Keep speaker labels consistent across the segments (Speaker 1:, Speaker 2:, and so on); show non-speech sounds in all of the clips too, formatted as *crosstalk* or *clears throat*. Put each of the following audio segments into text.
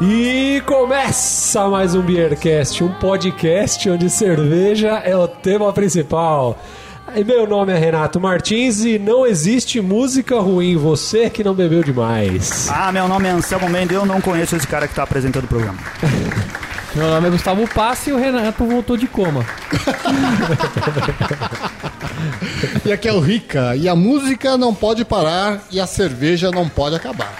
Speaker 1: E começa mais um Beercast, um podcast onde cerveja é o tema principal. E Meu nome é Renato Martins e não existe música ruim, você que não bebeu demais.
Speaker 2: Ah, meu nome é Anselmo Mendes e eu não conheço esse cara que tá apresentando o programa.
Speaker 3: Meu nome é Gustavo Passe e o Renato voltou de coma.
Speaker 4: E aqui é o Rica, e a música não pode parar e a cerveja não pode acabar.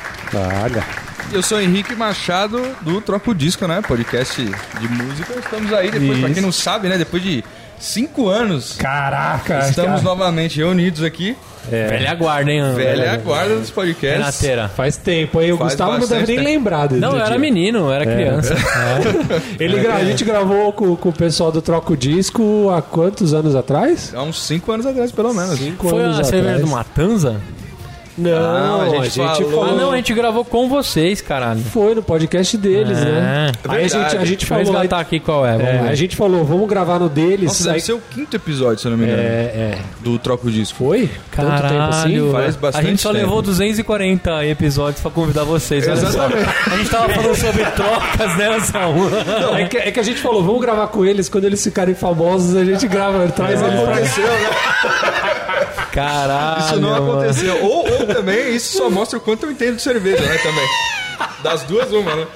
Speaker 5: Eu sou Henrique Machado do Troco Disco, né? Podcast de música. Estamos aí depois, pra quem não sabe, né? Depois de cinco anos,
Speaker 1: Caraca,
Speaker 5: estamos novamente reunidos aqui.
Speaker 3: Velha guarda, hein? Ana?
Speaker 5: Velha guarda dos podcasts.
Speaker 3: Renateira.
Speaker 1: Faz tempo, hein? O
Speaker 5: Faz
Speaker 1: Gustavo não
Speaker 5: bastante
Speaker 1: deve nem
Speaker 5: tempo.
Speaker 1: lembrar desse
Speaker 3: Não, eu era
Speaker 1: dia. É.
Speaker 3: menino, eu
Speaker 1: *laughs*
Speaker 3: era criança.
Speaker 1: Ele gra- A gente gravou com, com o pessoal do Troco Disco há quantos anos atrás?
Speaker 5: Há uns cinco anos atrás, pelo menos.
Speaker 1: Cinco
Speaker 3: Foi
Speaker 1: anos
Speaker 3: a cerveja do Matanza?
Speaker 1: Não, a gente, falou...
Speaker 3: Ah, não, a gente gravou com vocês, caralho.
Speaker 1: Foi no podcast deles,
Speaker 3: É.
Speaker 1: né? Aí a gente, a
Speaker 5: Verdade.
Speaker 1: gente
Speaker 3: Deixa eu
Speaker 1: falou...
Speaker 3: resgatar aqui qual é. Vamos
Speaker 1: É,
Speaker 3: ver.
Speaker 1: a gente falou, vamos gravar no deles.
Speaker 5: Nossa, deve
Speaker 1: aí-
Speaker 5: ser o quinto episódio, se eu não me engano,
Speaker 1: É, é.
Speaker 5: do Troco Disco.
Speaker 1: Foi? Tanto tempo assim?
Speaker 5: Faz
Speaker 3: a gente
Speaker 5: bastante
Speaker 3: só
Speaker 5: tempo.
Speaker 3: levou 240 episódios pra convidar vocês. olha só. A gente tava
Speaker 5: *laughs*
Speaker 3: falando sobre trocas, né, Anselmo?
Speaker 1: É que, é que a gente falou, vamos gravar com eles, quando eles ficarem famosos, a gente
Speaker 5: É
Speaker 1: grava, traz eles pra cá.
Speaker 3: Caralho.
Speaker 5: né?
Speaker 1: Ah,
Speaker 5: Isso não
Speaker 3: mano.
Speaker 5: aconteceu. Ou, ou também, isso só mostra o quanto eu entendo de cerveja, né? Também. Das duas, uma, né?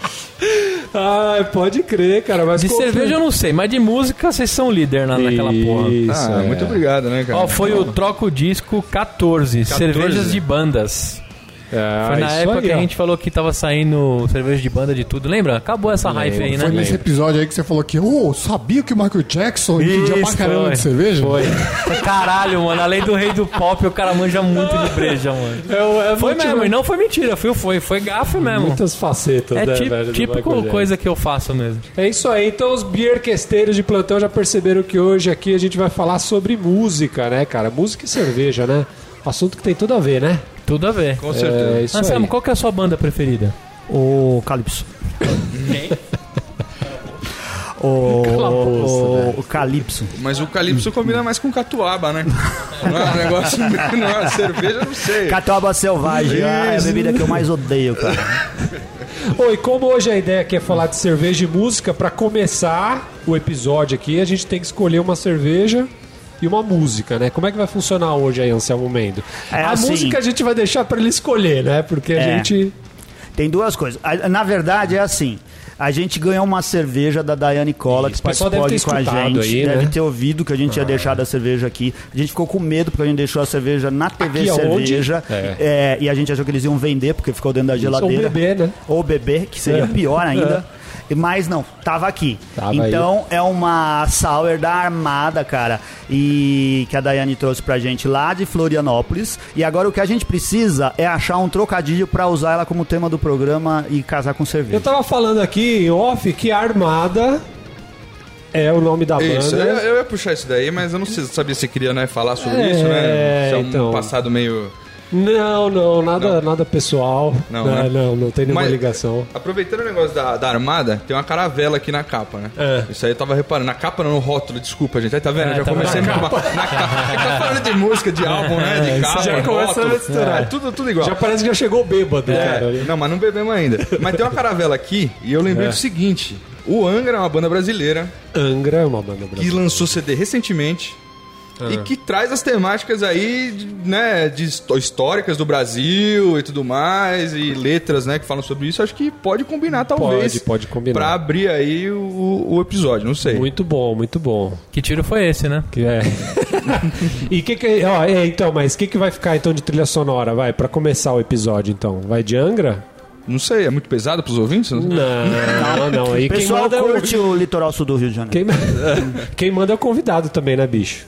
Speaker 1: Ai, pode crer, cara. Mas
Speaker 3: De
Speaker 1: como-
Speaker 3: cerveja eu não sei, mas de música vocês são líder na, naquela porra.
Speaker 1: Isso,
Speaker 5: Ah,
Speaker 1: é.
Speaker 5: muito obrigado, né, cara?
Speaker 3: Ó, foi o Troco Disco 14, cervejas de bandas.
Speaker 1: Ah,
Speaker 3: Foi na
Speaker 1: isso
Speaker 3: época
Speaker 1: aí,
Speaker 3: que a
Speaker 1: ó.
Speaker 3: gente falou que tava saindo cerveja de banda de tudo, lembra? Acabou essa hype aí, né?
Speaker 4: Foi nesse episódio aí que você falou que, ô, sabia que o Michael Jackson entendia pra
Speaker 3: Isso,
Speaker 4: caramba
Speaker 3: foi.
Speaker 4: de cerveja?
Speaker 3: Foi. *laughs* Caralho, mano, além do rei do pop, o cara manja muito de breja, mano.
Speaker 1: É, é
Speaker 3: Foi
Speaker 1: muito-
Speaker 3: mesmo, e não foi mentira, foi, foi, foi gafe mesmo.
Speaker 1: Muitas facetas,
Speaker 3: É
Speaker 1: né,
Speaker 3: ti-
Speaker 1: velho, do Michael
Speaker 3: típico
Speaker 1: Jackson.
Speaker 3: coisa que eu faço mesmo.
Speaker 1: É isso aí, então os bierquesteiros de plantão já perceberam que hoje aqui a gente vai falar sobre música, né, cara? Música e cerveja, né? Assunto que tem tudo a ver, né?
Speaker 3: Tudo a ver.
Speaker 5: Com certeza.
Speaker 1: É isso
Speaker 3: Anselmo,
Speaker 1: aí.
Speaker 3: qual que é a sua banda preferida?
Speaker 2: O
Speaker 1: *laughs*
Speaker 2: Calypso. O,
Speaker 1: né?
Speaker 2: o, o Calypso.
Speaker 5: Mas o Calypso combina mais com catuaba, né? Não é um negócio. *laughs* Não é cerveja, eu não sei.
Speaker 2: Catuaba Selvagem. Ah, é a bebida que eu mais odeio, cara.
Speaker 1: Oi, como hoje a ideia aqui é falar de cerveja e música, pra começar o episódio aqui, a gente tem que escolher uma cerveja e uma música, né? Como é que vai funcionar hoje aí, Anselmo Mendo?
Speaker 2: É
Speaker 1: a
Speaker 2: assim.
Speaker 1: música a gente vai deixar pra ele escolher, né? Porque a
Speaker 2: É.
Speaker 1: gente.
Speaker 2: Tem duas coisas. A- Na verdade, é assim. A gente ganhou uma cerveja da Daiane Cola,
Speaker 1: Isso,
Speaker 2: que
Speaker 1: o pessoal
Speaker 2: participou
Speaker 1: deve
Speaker 2: aqui
Speaker 1: ter
Speaker 2: com a
Speaker 1: escutado
Speaker 2: gente.
Speaker 1: aí,
Speaker 2: deve
Speaker 1: né?
Speaker 2: ter ouvido que a gente ia deixar da cerveja aqui. A gente ficou com medo porque a gente deixou a cerveja na TV
Speaker 1: Aqui aonde?
Speaker 2: Cerveja.
Speaker 1: É.
Speaker 2: É, e a gente achou que eles iam vender porque ficou dentro da geladeira.
Speaker 1: Ou beber, né?
Speaker 2: Ou beber, que seria pior ainda. E- Mas não, tava aqui.
Speaker 1: É. Tava
Speaker 2: então é uma sour da Armada, cara. E que a Daiane trouxe pra gente lá de Florianópolis. E agora o que a gente precisa é achar um trocadilho pra usar ela como tema do programa e casar com
Speaker 1: Eu
Speaker 2: cerveja.
Speaker 1: tava falando aqui em off que a Armada é o nome da
Speaker 5: Isso, é. eu,
Speaker 1: banda.
Speaker 5: eu ia puxar isso daí, mas eu não sei- sabia se queria né, falar sobre
Speaker 1: É,
Speaker 5: isso, né? Se é um
Speaker 1: então.
Speaker 5: passado meio.
Speaker 1: Não, não, nada, nada pessoal. Não,
Speaker 5: Não,
Speaker 1: não,
Speaker 5: né?
Speaker 1: não, tem nenhuma
Speaker 5: Mas-
Speaker 1: ligação.
Speaker 5: Aproveitando o negócio da, da armada, tem uma caravela aqui na capa, né?
Speaker 1: É.
Speaker 5: Isso aí eu tava reparando. Na capa não, no rótulo, desculpa, gente. Aí tá vendo?
Speaker 3: É,
Speaker 5: já
Speaker 3: tá
Speaker 5: comecei a me
Speaker 3: vendo?
Speaker 5: arrumar. *laughs* Na capa. É que tá falando de música, de álbum, né? De capa,
Speaker 1: já começa a
Speaker 5: rótulo.
Speaker 1: misturar.
Speaker 5: É, tudo, tudo igual.
Speaker 1: Já parece que já chegou bêbado,
Speaker 5: É,
Speaker 1: cara.
Speaker 5: não, mas não bebemos ainda. Mas tem uma caravela aqui e eu
Speaker 1: É.
Speaker 5: lembrei do seguinte: o Angra é uma banda brasileira
Speaker 1: Angra é uma banda
Speaker 5: que
Speaker 1: brasileira.
Speaker 5: lançou CD recentemente
Speaker 1: É.
Speaker 5: e que traz as temáticas aí, de- né, de histó- históricas do Brasil e tudo mais, e letras, né, que falam sobre isso. Acho que pode combinar, talvez.
Speaker 1: Pode, pode combinar.
Speaker 5: Pra abrir aí o, o episódio, não sei.
Speaker 1: Muito bom, muito bom.
Speaker 3: Que tiro foi esse, né?
Speaker 1: Que é. *laughs* e que que ó, é, então, mas o que que vai ficar então de trilha sonora, vai, Pra começar o episódio então? Vai de Angra?
Speaker 5: Não sei, é muito pesado pros ouvintes?
Speaker 1: Não, não, não. E quem
Speaker 2: O pessoal
Speaker 1: manda, é o-
Speaker 2: curte o litoral sul do Rio de Janeiro.
Speaker 1: Ah, *laughs* quem... *laughs* quem manda é o convidado também, né, bicho?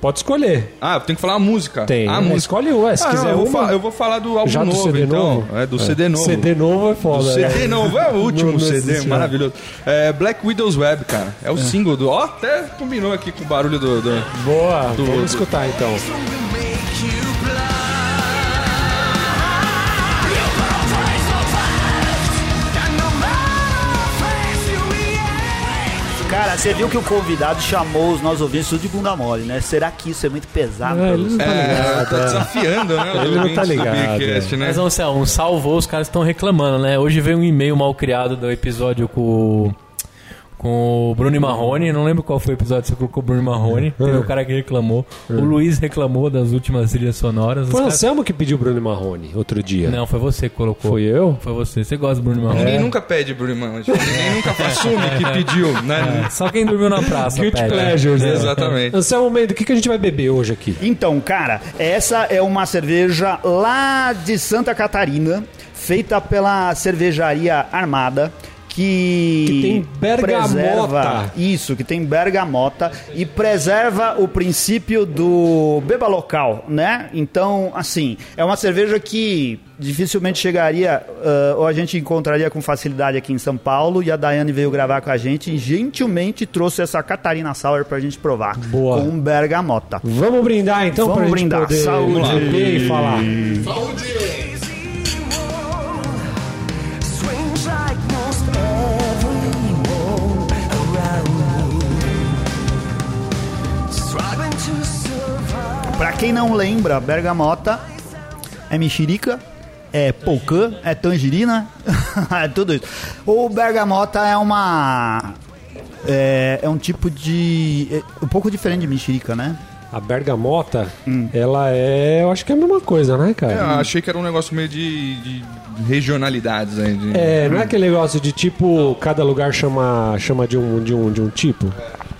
Speaker 1: Pode escolher.
Speaker 5: Ah, tem que falar a música.
Speaker 1: Tem.
Speaker 5: A
Speaker 1: É,
Speaker 5: música.
Speaker 1: Escolhe ué, se
Speaker 5: Ah, não,
Speaker 1: quiser
Speaker 5: eu, vou
Speaker 1: uma.
Speaker 5: falar, eu vou falar do álbum
Speaker 1: Já do
Speaker 5: novo,
Speaker 1: CD
Speaker 5: então.
Speaker 1: novo?
Speaker 5: É, do CD novo.
Speaker 1: CD novo é
Speaker 5: O
Speaker 1: foda. né?
Speaker 5: CD não, é o último
Speaker 1: Nossa
Speaker 5: CD,
Speaker 1: Senhora.
Speaker 5: maravilhoso. É Black Widow's Web, cara. É o single do. Ó, até combinou aqui com o barulho do. do-
Speaker 1: Boa,
Speaker 5: *laughs* Do-
Speaker 1: vamos
Speaker 5: do-
Speaker 1: escutar então.
Speaker 2: Cara, você viu que o convidado chamou os nossos ouvintes tudo de bunda mole, né? Será que isso é muito pesado? pra
Speaker 1: É, ele
Speaker 2: você?
Speaker 1: não tá
Speaker 5: É,
Speaker 1: ligado.
Speaker 5: tá desafiando, né?
Speaker 1: *laughs*
Speaker 5: os
Speaker 1: Ele não tá
Speaker 5: ouvintes do
Speaker 1: ligado,
Speaker 5: Beercast, né?
Speaker 3: Mas, Anselmo, um salvou, os caras estão reclamando, né? Hoje veio um e-mail mal criado do episódio com o- com o Bruno e Marrone, não lembro qual foi o episódio que você colocou o Bruno e Marrone, teve o cara que reclamou, o Luiz reclamou das últimas trilhas sonoras. os
Speaker 1: Foi o
Speaker 3: caras-
Speaker 1: Anselmo que pediu Bruno Marrone outro dia.
Speaker 3: Não, foi você que colocou.
Speaker 1: Foi eu?
Speaker 3: Foi você, você gosta do Bruno e Marrone.
Speaker 5: Ninguém nunca pede, Bruno Mano. Ninguém nunca *laughs* assume que pediu, né?
Speaker 3: Só quem dormiu na praça.
Speaker 1: Guilty
Speaker 3: pega.
Speaker 1: Pleasures, né?
Speaker 5: Exatamente.
Speaker 1: Anselmo Mendes, o que, que a gente vai beber hoje aqui?
Speaker 2: Então, cara, essa é uma cerveja lá de Santa Catarina, feita pela cervejaria Armada. Que,
Speaker 1: Que tem bergamota.
Speaker 2: preserva- isso, que tem bergamota e preserva o princípio do beba local, né? Então, assim, é uma cerveja que dificilmente chegaria ah, ou a gente encontraria com facilidade aqui em São Paulo. E a Daiane veio gravar com a gente e gentilmente trouxe essa Catarina Sour pra gente provar.
Speaker 1: Boa.
Speaker 2: Com bergamota.
Speaker 1: Vamos brindar então
Speaker 2: Vamos
Speaker 1: pra gente
Speaker 2: brindar.
Speaker 1: poder
Speaker 2: Saúde.
Speaker 1: beber e falar.
Speaker 6: Swings like most everyone around me. Striving to survive.
Speaker 2: Pra quem não lembra, bergamota é mexerica, é polcã, é tangerina, *laughs* é tudo isso. O bergamota é uma. É, é um tipo de. é um pouco diferente de mexerica, né?
Speaker 1: A bergamota,
Speaker 5: Hum.
Speaker 1: ela é. Eu acho que é a mesma coisa, né,
Speaker 5: Eu
Speaker 1: cara?
Speaker 5: achei que era um negócio meio de, de regionalidades aí. de-
Speaker 1: É, não é aquele negócio de tipo, cada lugar chama, chama de, um, de, um, de um tipo?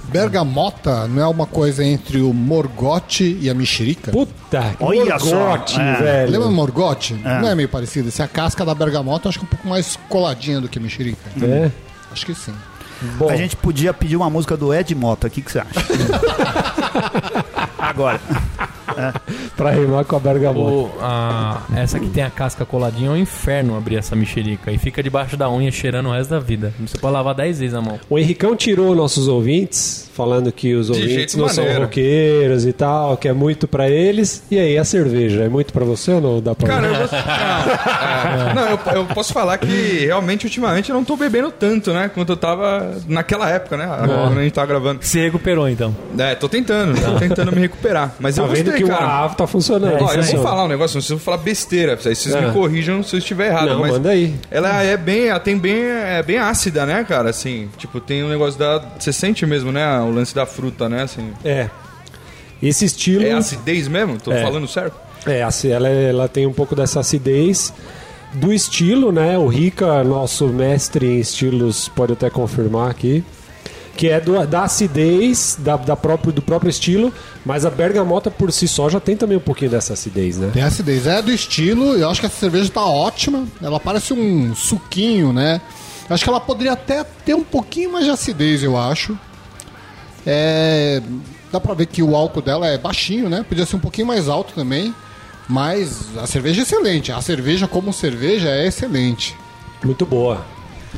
Speaker 4: Bergamota não é uma coisa entre o morgote e a mexerica?
Speaker 1: Puta, que
Speaker 2: Olha só,
Speaker 1: morgote,
Speaker 2: é.
Speaker 1: velho.
Speaker 4: Lembra o morgote? Não é meio parecido. Se a casca da bergamota, eu acho que é um pouco mais coladinha do que a mexerica.
Speaker 1: É.
Speaker 4: Acho que sim.
Speaker 1: Bom,
Speaker 2: A gente podia pedir uma música do Ed Mota, o que, que você acha? Agora.
Speaker 1: pra rimar com a bergamota.
Speaker 3: O- a- essa que tem a casca coladinha é um inferno abrir essa mexerica. E fica debaixo da unha cheirando o resto da vida. Você pode lavar 10 vezes a mão.
Speaker 1: O Henricão tirou nossos ouvintes, falando que os ouvintes
Speaker 5: jeito
Speaker 1: não são
Speaker 5: maneiro.
Speaker 1: roqueiros e tal, que é muito pra eles. E aí, a cerveja? É muito pra você ou não dá pra
Speaker 5: Cara, eu *laughs* vou... Ah, ah, não, eu, eu posso falar que realmente ultimamente eu não tô bebendo tanto, né? Quanto eu tava naquela época, né? Quando a gente tava gravando.
Speaker 3: Se recuperou então.
Speaker 5: É, tô tentando, tô tentando me recuperar. Mas
Speaker 1: Tá
Speaker 5: eu
Speaker 1: vendo
Speaker 5: gostei,
Speaker 1: que o
Speaker 5: cara.
Speaker 1: Arravo tá funcionando.
Speaker 5: Ó, eu vou
Speaker 1: funciona.
Speaker 5: falar um negócio, não preciso falar besteira, pra vocês Vocês
Speaker 1: Ah.
Speaker 5: me corrijam se eu estiver errado.
Speaker 1: Não,
Speaker 5: mas
Speaker 1: manda aí.
Speaker 5: Ela é bem, ela tem bem, é bem ácida, né, cara? Assim, tipo, tem um negócio da. Você sente mesmo, né? O lance da fruta, né? Assim,
Speaker 1: É. Esse estilo.
Speaker 5: é acidez mesmo? Tô
Speaker 1: É.
Speaker 5: falando certo?
Speaker 1: É, assim, ela, ela tem um pouco dessa acidez do estilo, né? O Rica, nosso mestre em estilos, pode até confirmar aqui. Que é do- da acidez, da, da próprio, do próprio estilo, mas a bergamota por si só já tem também um pouquinho dessa acidez, né?
Speaker 4: Tem acidez. É do estilo, eu acho que essa cerveja tá ótima. Ela parece um suquinho, né? Eu acho que ela poderia até ter um pouquinho mais de acidez, eu acho. É, Dá pra ver que o álcool dela é baixinho, né? Podia ser um pouquinho mais alto também. Mas a cerveja é excelente. A cerveja, como cerveja, é excelente.
Speaker 1: Muito boa.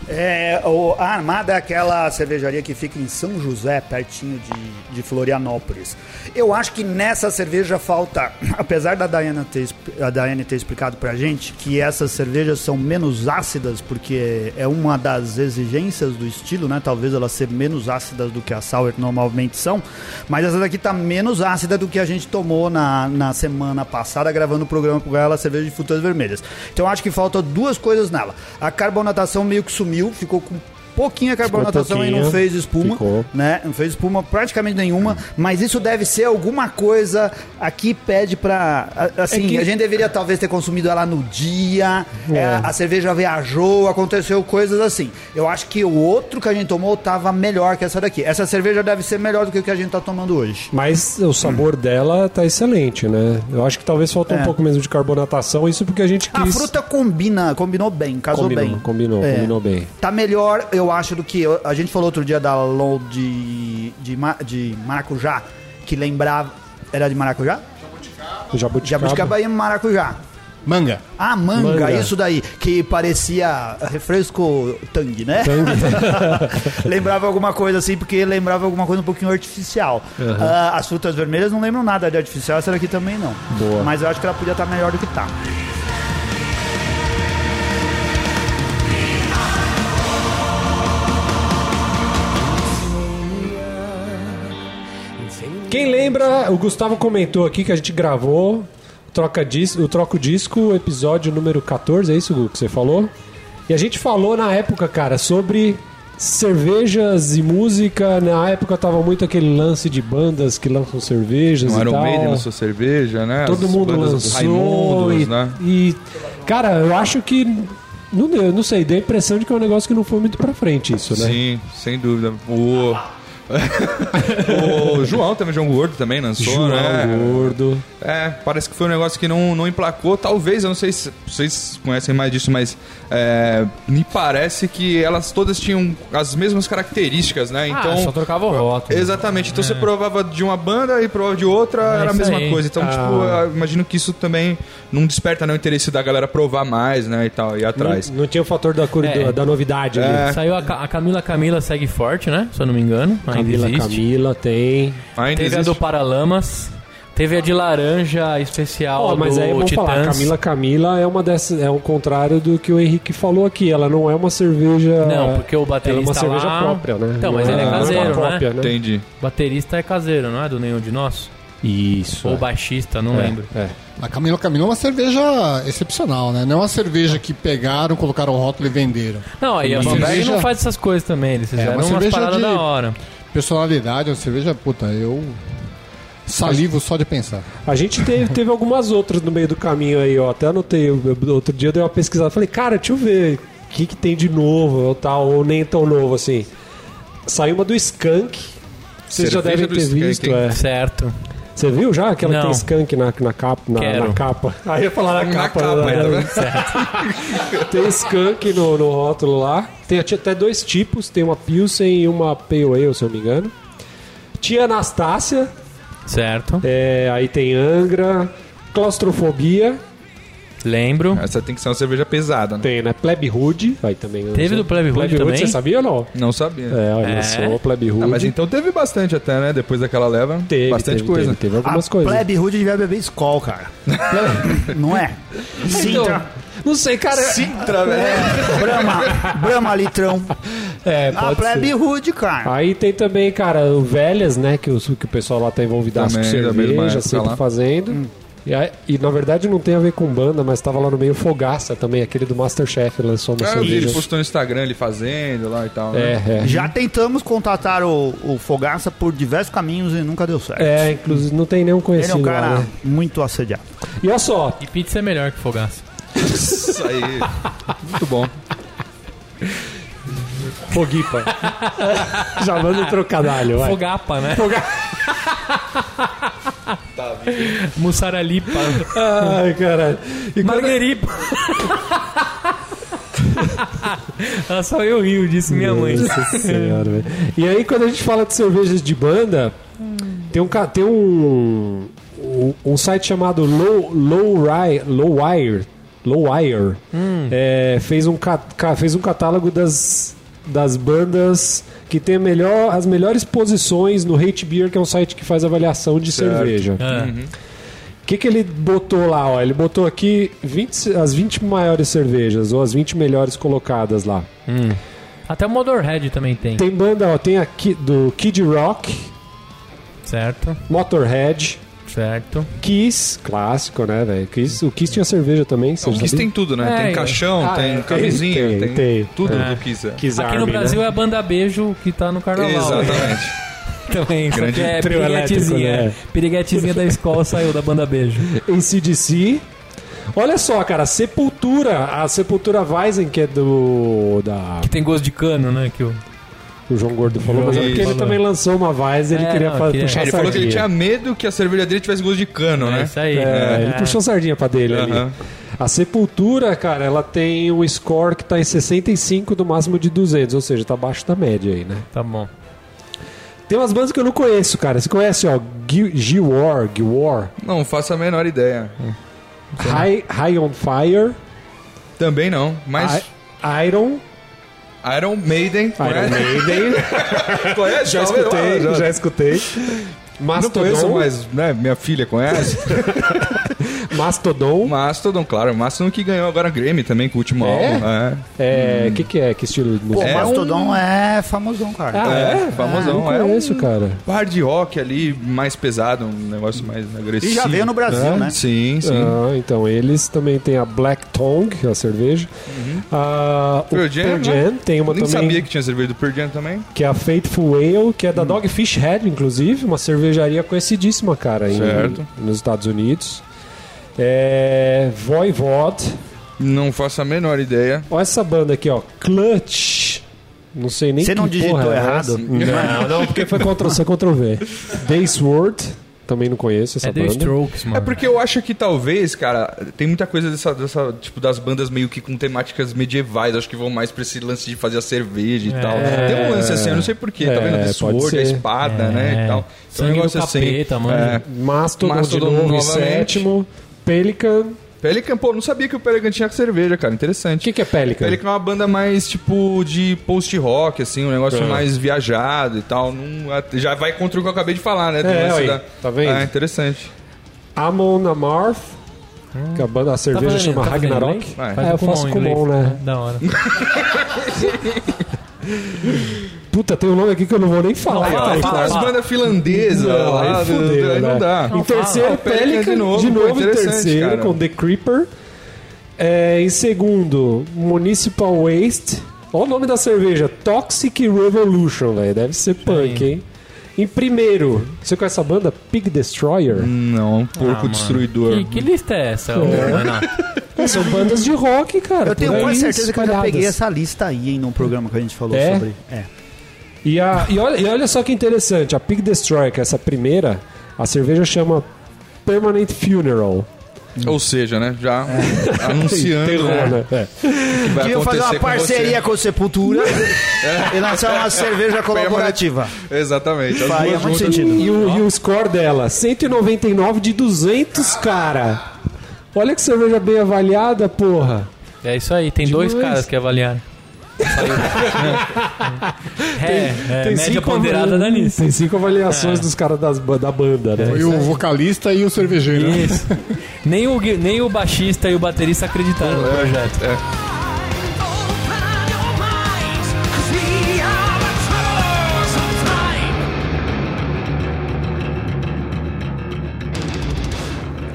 Speaker 2: É, o- a Armada é aquela cervejaria que fica em São José, pertinho de, de Florianópolis. Eu acho que nessa cerveja falta, *clears throat* apesar da Diana ter, exp- a Daiane ter explicado pra gente que essas cervejas são menos ácidas, porque é uma das exigências do estilo, né? Talvez elas ser menos ácidas do que a Sour normalmente são, mas essa daqui tá menos ácida do que a gente tomou na, na semana passada gravando o programa com ela, cerveja de frutas vermelhas. Então acho que falta duas coisas nela. A carbonatação meio que sumiu, ficou com pouquinha carbonatação e não
Speaker 1: pouquinho,
Speaker 2: fez espuma,
Speaker 1: ficou.
Speaker 2: né? Não fez espuma praticamente nenhuma, mas isso deve ser alguma coisa aqui pede pra a- assim,
Speaker 1: É que-
Speaker 2: a gente deveria talvez ter consumido ela no dia, é, a cerveja viajou, aconteceu coisas assim. Eu acho que o outro que a gente tomou tava melhor que essa daqui. Essa cerveja deve ser melhor do que o que a gente tá tomando hoje.
Speaker 1: Mas o sabor dela tá excelente, né? Eu acho que talvez faltou um pouco mesmo de carbonatação, isso porque a gente
Speaker 2: É. A
Speaker 1: quis.
Speaker 2: fruta combina, combinou bem, casou
Speaker 1: combinou,
Speaker 2: bem.
Speaker 1: combinou,
Speaker 2: É.
Speaker 1: combinou bem.
Speaker 2: Tá melhor, eu acho, do que. A gente falou outro dia da LOL de, de, ma- de maracujá, que lembrava. Era de maracujá?
Speaker 1: Jabuticaba.
Speaker 2: Jabuticaba e maracujá.
Speaker 4: Manga.
Speaker 2: Ah, manga,
Speaker 1: Manga.
Speaker 2: isso daí, que parecia refresco tangue, né? *laughs* lembrava alguma coisa assim, porque lembrava alguma coisa um pouquinho artificial. Ah, as frutas vermelhas não lembram nada de artificial, essa daqui também não.
Speaker 1: Boa.
Speaker 2: Mas eu acho que ela podia estar melhor do que tá.
Speaker 6: Singing
Speaker 1: Quem lembra, o Gustavo comentou aqui que a gente gravou troca dis o Troco Disco, episódio número 14, é isso, Gu, que você falou? E a gente falou na época, cara, sobre cervejas e música. Na época tava muito aquele lance de bandas que lançam cervejas
Speaker 5: Não
Speaker 1: e
Speaker 5: era
Speaker 1: tal.
Speaker 5: o Maiden na sua cerveja, né?
Speaker 1: Todo
Speaker 5: As
Speaker 1: mundo
Speaker 5: bandas
Speaker 1: lançou
Speaker 5: Raimundos,
Speaker 1: e,
Speaker 5: né?
Speaker 1: e, cara, eu acho que não deu, não sei, deu a impressão de que é um negócio que não foi muito pra frente isso, né?
Speaker 5: Sim, sem dúvida. O... *laughs* o João também, João Gordo também lançou,
Speaker 1: João
Speaker 5: né?
Speaker 1: Gordo.
Speaker 5: É, parece que foi um negócio que não, não emplacou. Talvez, eu não sei se vocês conhecem mais disso, mas é, me parece que elas todas tinham as mesmas características, né? Então.
Speaker 3: Ah, só trocava o rótulo.
Speaker 5: Exatamente, então
Speaker 1: É.
Speaker 5: você provava de uma banda e provava de outra,
Speaker 3: É
Speaker 5: era a
Speaker 3: isso
Speaker 5: mesma
Speaker 3: aí.
Speaker 5: coisa. Então,
Speaker 1: Ah.
Speaker 5: tipo, eu imagino que isso também não desperta né, o interesse da galera provar mais, né? E tal, e
Speaker 1: Não,
Speaker 5: atrás.
Speaker 1: não tinha o fator da, cor,
Speaker 3: É.
Speaker 1: da, da novidade ali.
Speaker 3: Saiu a, Ca- a Camila Camila segue forte, né? Se eu não me engano.
Speaker 1: Camila,
Speaker 3: Ainda existe.
Speaker 1: Camila, tem.
Speaker 5: Ainda
Speaker 3: Teve a do
Speaker 5: existe.
Speaker 3: Paralamas. Teve a de laranja especial
Speaker 1: Ó, mas
Speaker 3: do
Speaker 1: aí vamos
Speaker 3: Titãs.
Speaker 1: falar, Camila Camila é uma dessas, é o contrário do que o Henrique falou aqui, ela não é uma cerveja
Speaker 3: Não, porque o
Speaker 1: ela é
Speaker 3: baterista
Speaker 1: uma cerveja
Speaker 3: lá...
Speaker 1: própria, né?
Speaker 3: Então,
Speaker 1: Não
Speaker 3: mas ele é
Speaker 1: não
Speaker 3: caseiro,
Speaker 1: uma
Speaker 3: né?
Speaker 1: cópia, né?
Speaker 5: Entendi.
Speaker 3: Baterista é caseiro, não é do nenhum de nós?
Speaker 1: Isso.
Speaker 3: Ou
Speaker 1: é.
Speaker 3: baixista, não lembro.
Speaker 1: É.
Speaker 4: A Camila Camila é uma cerveja excepcional, né? Não é uma cerveja que pegaram, colocaram o rótulo e venderam.
Speaker 3: Não,
Speaker 1: é
Speaker 3: aí a
Speaker 4: Uma
Speaker 3: Bamberg
Speaker 4: cerveja-
Speaker 3: não faz essas coisas também. Eles fizeram
Speaker 4: uma
Speaker 3: umas
Speaker 4: cerveja
Speaker 3: paradas
Speaker 4: de-
Speaker 3: da hora.
Speaker 4: Personalidade, é uma cerveja, puta, eu salivo só de pensar.
Speaker 1: A gente teve, teve algumas outras no meio do caminho aí, ó. Até anotei. eu- eu- Outro dia eu dei uma pesquisada. Falei, cara, deixa eu ver o que, que tem de novo ou tal, ou nem tão novo assim. Saiu uma do Skunk. Vocês já
Speaker 5: Cerveja
Speaker 1: devem
Speaker 5: do
Speaker 1: ter
Speaker 5: Skunk,
Speaker 1: visto,
Speaker 5: hein?
Speaker 1: é.
Speaker 3: Certo.
Speaker 1: Você viu já aquela que
Speaker 3: Não.
Speaker 1: tem skunk na, na capa? Na,
Speaker 3: Quero.
Speaker 1: na capa. Aí eu ia falar na,
Speaker 5: Na
Speaker 1: capa.
Speaker 5: capa,
Speaker 1: né?
Speaker 5: ainda, né?
Speaker 1: Tem skunk no, no rótulo lá. Tem até até dois tipos. Tem uma Pilsen e uma Pale Ale, se eu não me engano. Tia Anastácia.
Speaker 3: Certo.
Speaker 1: é, aí tem Angra. Claustrofobia.
Speaker 3: Lembro.
Speaker 1: É.
Speaker 5: Essa tem que ser uma cerveja pesada, né?
Speaker 1: Tem, né? Plebe Hood. Aí também.
Speaker 3: Teve do Plebe Hood também?
Speaker 1: Você sabia ou não?
Speaker 5: Não sabia.
Speaker 1: É, olha
Speaker 3: É.
Speaker 1: só. Plebe Hood.
Speaker 5: Ah, mas então teve bastante até, né? Depois daquela leva.
Speaker 1: Teve,
Speaker 5: bastante
Speaker 1: teve,
Speaker 5: coisa.
Speaker 1: Teve, teve algumas
Speaker 2: a
Speaker 1: coisas.
Speaker 2: plebe rude devia beber Skol, cara.
Speaker 1: *laughs*
Speaker 2: não é?
Speaker 3: Então,
Speaker 2: Sintra,
Speaker 1: Não sei, cara.
Speaker 5: Sintra,
Speaker 1: né?
Speaker 5: velho.
Speaker 2: Brahma,
Speaker 1: *laughs*
Speaker 2: Brahma litrão.
Speaker 1: É,
Speaker 2: A
Speaker 1: pode ser.
Speaker 2: plebe rude, cara.
Speaker 1: Aí tem também, cara, o Velhas, né? Que, os, que o pessoal lá tá envolvidaço com
Speaker 5: Também, da mesma
Speaker 1: cerveja,
Speaker 5: época
Speaker 1: sempre
Speaker 5: lá. Hum.
Speaker 1: fazendo. E, aí- e, na verdade não tem a ver com banda, mas tava lá no meio Fogaça também, aquele do Masterchef lançou uma
Speaker 5: Ah, eu vi, ele
Speaker 1: cerveja.
Speaker 5: postou no Instagram ele fazendo lá e tal.
Speaker 1: É,
Speaker 5: né?
Speaker 1: é.
Speaker 2: Já tentamos contatar o, o Fogaça por diversos caminhos e nunca deu certo.
Speaker 1: É, inclusive não tem nenhum
Speaker 2: Ele é
Speaker 1: conhecido
Speaker 2: um cara
Speaker 1: lá, né?
Speaker 2: muito assediado.
Speaker 1: E olha só,
Speaker 3: E pizza é melhor que fogaça.
Speaker 5: Isso aí. Muito bom.
Speaker 1: Foguipa. Já manda um trocadalho, vai.
Speaker 3: Fogapa, né? Fogapa. *laughs* Mussaralipa.
Speaker 1: Ai, cara. E quando-
Speaker 3: Margueripa. *laughs* Ela só eu rio disso, minha mãe. *laughs*
Speaker 1: Nossa senhora, velho. E aí, quando a gente fala de cervejas de banda, tem um, ca- tem um, um, um site chamado Low, Low, Ri- Low Wire, Low Wire
Speaker 3: Hum.
Speaker 1: é, fez, um, ca- ca- fez um catálogo das, das bandas que tem a melhor, as melhores posições no Hate Beer, que é um site que faz avaliação de cerveja.
Speaker 3: Ah,
Speaker 1: O que, que ele botou lá? Ó? Ele botou aqui 20 as 20 maiores cervejas, ou as 20 melhores colocadas lá.
Speaker 3: Até o Motorhead também tem,
Speaker 1: Tem banda, ó, tem aqui do Kid Rock,
Speaker 3: certo?
Speaker 1: Motorhead,
Speaker 3: Certo.
Speaker 1: Kiss, clássico, né, velho? Kiss- O Kiss tinha cerveja também, você
Speaker 5: o Kiss tem tudo, né?
Speaker 3: É,
Speaker 5: tem caixão,
Speaker 1: Ah, é,
Speaker 5: tem
Speaker 1: tem,
Speaker 5: camisinha,
Speaker 1: tem,
Speaker 5: tem,
Speaker 1: tem.
Speaker 5: tudo
Speaker 3: É.
Speaker 5: do Kiss. é.
Speaker 1: Kiss
Speaker 3: Aqui no
Speaker 1: Army, *laughs*
Speaker 3: Brasil é a banda Beijo que tá no carnaval. né?
Speaker 5: Exatamente.
Speaker 3: Também, só
Speaker 5: Grande
Speaker 3: que é
Speaker 1: trio
Speaker 3: piriguetezinha.
Speaker 1: elétrico,
Speaker 3: Piriguetezinha da escola saiu da banda Beijo.
Speaker 1: Né? ACDC. Olha só, cara, Sepultura, a Sepultura Weizen, que é do. da.
Speaker 3: Que tem gosto de cano, né? Que o...
Speaker 1: o João Gordo falou, mas é
Speaker 5: Isso.
Speaker 1: porque ele
Speaker 3: Falou.
Speaker 1: também lançou uma Weizen, ele
Speaker 3: É,
Speaker 1: queria
Speaker 3: não,
Speaker 1: fa-
Speaker 3: queria-
Speaker 1: puxar
Speaker 5: ele
Speaker 1: sardinha.
Speaker 5: falou que ele tinha medo que a cerveja dele tivesse gosto de cano,
Speaker 3: É
Speaker 5: né?
Speaker 3: isso aí.
Speaker 1: É, ele puxou sardinha pra dele ali.
Speaker 5: Aham.
Speaker 1: A Sepultura, cara, ela tem um score que tá em 65 do máximo de 200, ou seja, tá abaixo da média aí, né?
Speaker 3: Tá bom.
Speaker 1: Tem umas bandas que eu não conheço, cara. Você conhece, ó, Gil- G-War, G-War,
Speaker 5: Não faço a menor ideia.
Speaker 1: High, High on Fire,
Speaker 5: Também não, mas
Speaker 1: I- Iron,
Speaker 5: Iron Maiden.
Speaker 1: Iron
Speaker 5: conhece?
Speaker 1: Maiden,
Speaker 5: *laughs* Conhece?
Speaker 1: já
Speaker 5: Talvez-
Speaker 1: escutei,
Speaker 5: Ah, já-
Speaker 1: já escutei.
Speaker 5: Não conheço,
Speaker 1: Mastodon, *laughs*
Speaker 5: mas né, minha filha conhece.
Speaker 1: Mastodon.
Speaker 5: Mastodon, claro. Mastodon que ganhou agora Grammy também com o último
Speaker 1: É?
Speaker 5: álbum. É.
Speaker 1: É, que que é? Que estilo de
Speaker 2: Pô,
Speaker 1: música?
Speaker 2: Mastodon é famosão, cara.
Speaker 1: Ah,
Speaker 5: É,
Speaker 1: é?
Speaker 5: famosão,
Speaker 1: Ah,
Speaker 5: é
Speaker 1: não
Speaker 5: um-
Speaker 1: conheço, cara.
Speaker 5: Hard rock ali, mais pesado, um negócio mais agressivo.
Speaker 2: E já veio no Brasil,
Speaker 5: É.
Speaker 2: né?
Speaker 5: Sim, sim.
Speaker 1: Ah, então, eles também tem a Black Tongue, que é a cerveja. Ah, o
Speaker 5: Uhum. Pearl Jam,
Speaker 1: Pearl
Speaker 5: né?
Speaker 1: Jam tem uma
Speaker 5: Nem
Speaker 1: também,
Speaker 5: sabia que tinha cerveja do Pearl Jam também.
Speaker 1: que é a Faithful Ale, que é
Speaker 5: Hum.
Speaker 1: da Dogfish Head, inclusive. Uma cervejaria conhecidíssima, cara, em-
Speaker 5: Certo.
Speaker 1: nos Estados Unidos. É, Voivod.
Speaker 5: Não faço a menor ideia.
Speaker 1: Olha essa banda aqui, ó. Clutch. Não sei nem
Speaker 2: Você não
Speaker 1: que
Speaker 2: digitou
Speaker 1: porra é
Speaker 2: errado?
Speaker 1: essa.
Speaker 2: *laughs*
Speaker 1: Não, não, porque foi Ctrl C, Ctrl V. Dace World. Também não conheço essa
Speaker 3: É The
Speaker 1: banda.
Speaker 3: Strokes, mano.
Speaker 5: É porque eu acho que talvez, cara, tem muita coisa dessa, dessa, tipo, das bandas meio que com temáticas medievais. Acho que vão mais pra esse lance de fazer a cerveja e tal. Tem um lance assim, eu não sei porquê, tá
Speaker 1: É,
Speaker 5: vendo? The
Speaker 1: pode
Speaker 5: Sword, a
Speaker 1: ser. É.
Speaker 5: espada, né? E tal. Tem
Speaker 3: É. Sangue do
Speaker 5: assim.
Speaker 3: capeta, mano.
Speaker 1: Mastodon,
Speaker 5: Mastodon
Speaker 1: de novo, em
Speaker 5: novamente.
Speaker 1: sétimo. Pelican.
Speaker 5: Pelican, pô, não sabia que o Pelican tinha cerveja, cara.
Speaker 1: O
Speaker 5: Interessante.
Speaker 1: que, que é Pelican?
Speaker 5: Pelican é uma banda mais, tipo, de post-rock, assim, um negócio
Speaker 1: É.
Speaker 5: mais viajado e tal. Não- é, já vai contra o que eu acabei de falar, né? Do
Speaker 1: É,
Speaker 5: lance
Speaker 1: aí,
Speaker 5: da-
Speaker 1: tá vendo?
Speaker 5: Ah, interessante.
Speaker 1: Amon Amarth.
Speaker 5: Ah.
Speaker 1: Que é a
Speaker 5: Tá
Speaker 1: banda, a cerveja chama Ragnarok.
Speaker 5: Vai.
Speaker 1: É, eu faço
Speaker 3: com
Speaker 1: Kumon, né?
Speaker 3: Da hora.
Speaker 1: Puta, tem um nome aqui que eu não vou nem falar.
Speaker 3: Não,
Speaker 1: cara.
Speaker 5: Tem
Speaker 3: fala,
Speaker 5: todas as
Speaker 3: fala.
Speaker 5: bandas finlandesas
Speaker 1: Não,
Speaker 5: lá,
Speaker 1: aí
Speaker 5: do- do-
Speaker 1: fudeu,
Speaker 5: aí não
Speaker 1: né?
Speaker 5: dá.
Speaker 1: Em terceiro,
Speaker 5: fala.
Speaker 1: Pelican, de novo,
Speaker 5: pô,
Speaker 1: em
Speaker 5: interessante,
Speaker 1: terceiro,
Speaker 5: cara.
Speaker 1: com The Creeper. É, em segundo, Municipal Waste. Olha o nome da cerveja, Toxic Revolution, velho. Deve ser punk, hein? Em primeiro, você conhece essa banda? Pig Destroyer?
Speaker 5: Não, um
Speaker 3: Ah,
Speaker 5: porco
Speaker 3: mano.
Speaker 5: destruidor.
Speaker 3: Que, que lista é essa, ô, Renato?
Speaker 1: São bandas de rock, cara.
Speaker 2: Eu tenho
Speaker 1: por aí,
Speaker 2: quase certeza que eu já
Speaker 1: espalhadas.
Speaker 2: peguei essa lista aí, hein, num programa que a gente falou
Speaker 1: É?
Speaker 2: sobre. É.
Speaker 1: E, a- e olha, e olha só que interessante, a Pig Destroyer, que é essa primeira, a cerveja chama Permanent Funeral.
Speaker 5: Ou seja, né? Já anunciando
Speaker 1: Terror,
Speaker 5: né,
Speaker 1: né? É.
Speaker 5: que vai
Speaker 2: Queria
Speaker 5: acontecer
Speaker 2: fazer uma
Speaker 5: com
Speaker 2: parceria
Speaker 5: você.
Speaker 2: com, Sepultura e lançar uma cerveja colaborativa.
Speaker 5: Exatamente. as
Speaker 2: Faria
Speaker 5: duas
Speaker 2: muito
Speaker 5: juntas.
Speaker 2: sentido.
Speaker 1: E o, e o score dela, 199 de 200, cara. Olha que cerveja bem avaliada, porra.
Speaker 3: É isso aí, tem dois
Speaker 1: Demais.
Speaker 3: caras que avaliaram. é, é, média ponderada
Speaker 1: avalia-
Speaker 3: da Nice.
Speaker 1: Tem cinco avaliações dos caras das ba- da banda, né?
Speaker 4: Foi o vocalista e o cervejeiro.
Speaker 3: Isso. Nem o, gui- nem o baixista e o baterista acreditaram no projeto.
Speaker 5: É,
Speaker 6: Open your minds, 'cause we are the travelers of time.
Speaker 1: É.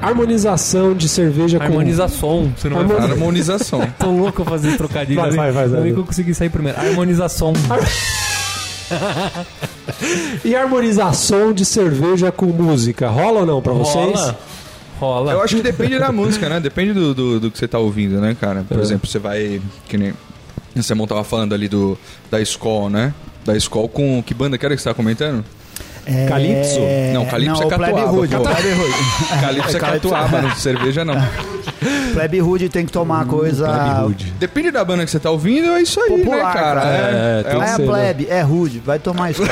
Speaker 1: Harmonização de cerveja
Speaker 3: Harmonização. Você não vai
Speaker 1: Harmoni-
Speaker 3: falar.
Speaker 5: Harmonização.
Speaker 3: Tô louco pra fazer trocadilho.
Speaker 1: Vai,
Speaker 3: ali.
Speaker 1: vai, vai,
Speaker 3: Eu
Speaker 1: vai.
Speaker 3: nem que eu consegui sair primeiro. Harmonização.
Speaker 1: com... E harmonização de cerveja com música. Rola ou não pra vocês?
Speaker 3: Rola. Rola.
Speaker 5: Eu acho que depende da música, né? Depende do, do, do que você tá ouvindo, né, cara? Por exemplo, você vai. Que nem. Você tava falando ali do. Da Skol, né? Da Skol com. Que banda que era que você tava comentando?
Speaker 1: Calypso?
Speaker 5: Não, Calypso é
Speaker 2: o Plebe
Speaker 5: catuaba,
Speaker 2: Rude,
Speaker 5: pô.
Speaker 2: o Plebe Rude.
Speaker 5: Calypso é
Speaker 2: *laughs*
Speaker 5: catuaba, não cerveja não.
Speaker 2: Plebe Rude tem que tomar coisa...
Speaker 5: Depende da banda que você tá ouvindo, é isso aí, né,
Speaker 2: Popular,
Speaker 5: cara?
Speaker 2: cara.
Speaker 1: É, tem
Speaker 2: Não
Speaker 1: que
Speaker 2: é
Speaker 1: ser, né?
Speaker 2: Plebe, é Rude, vai tomar isso.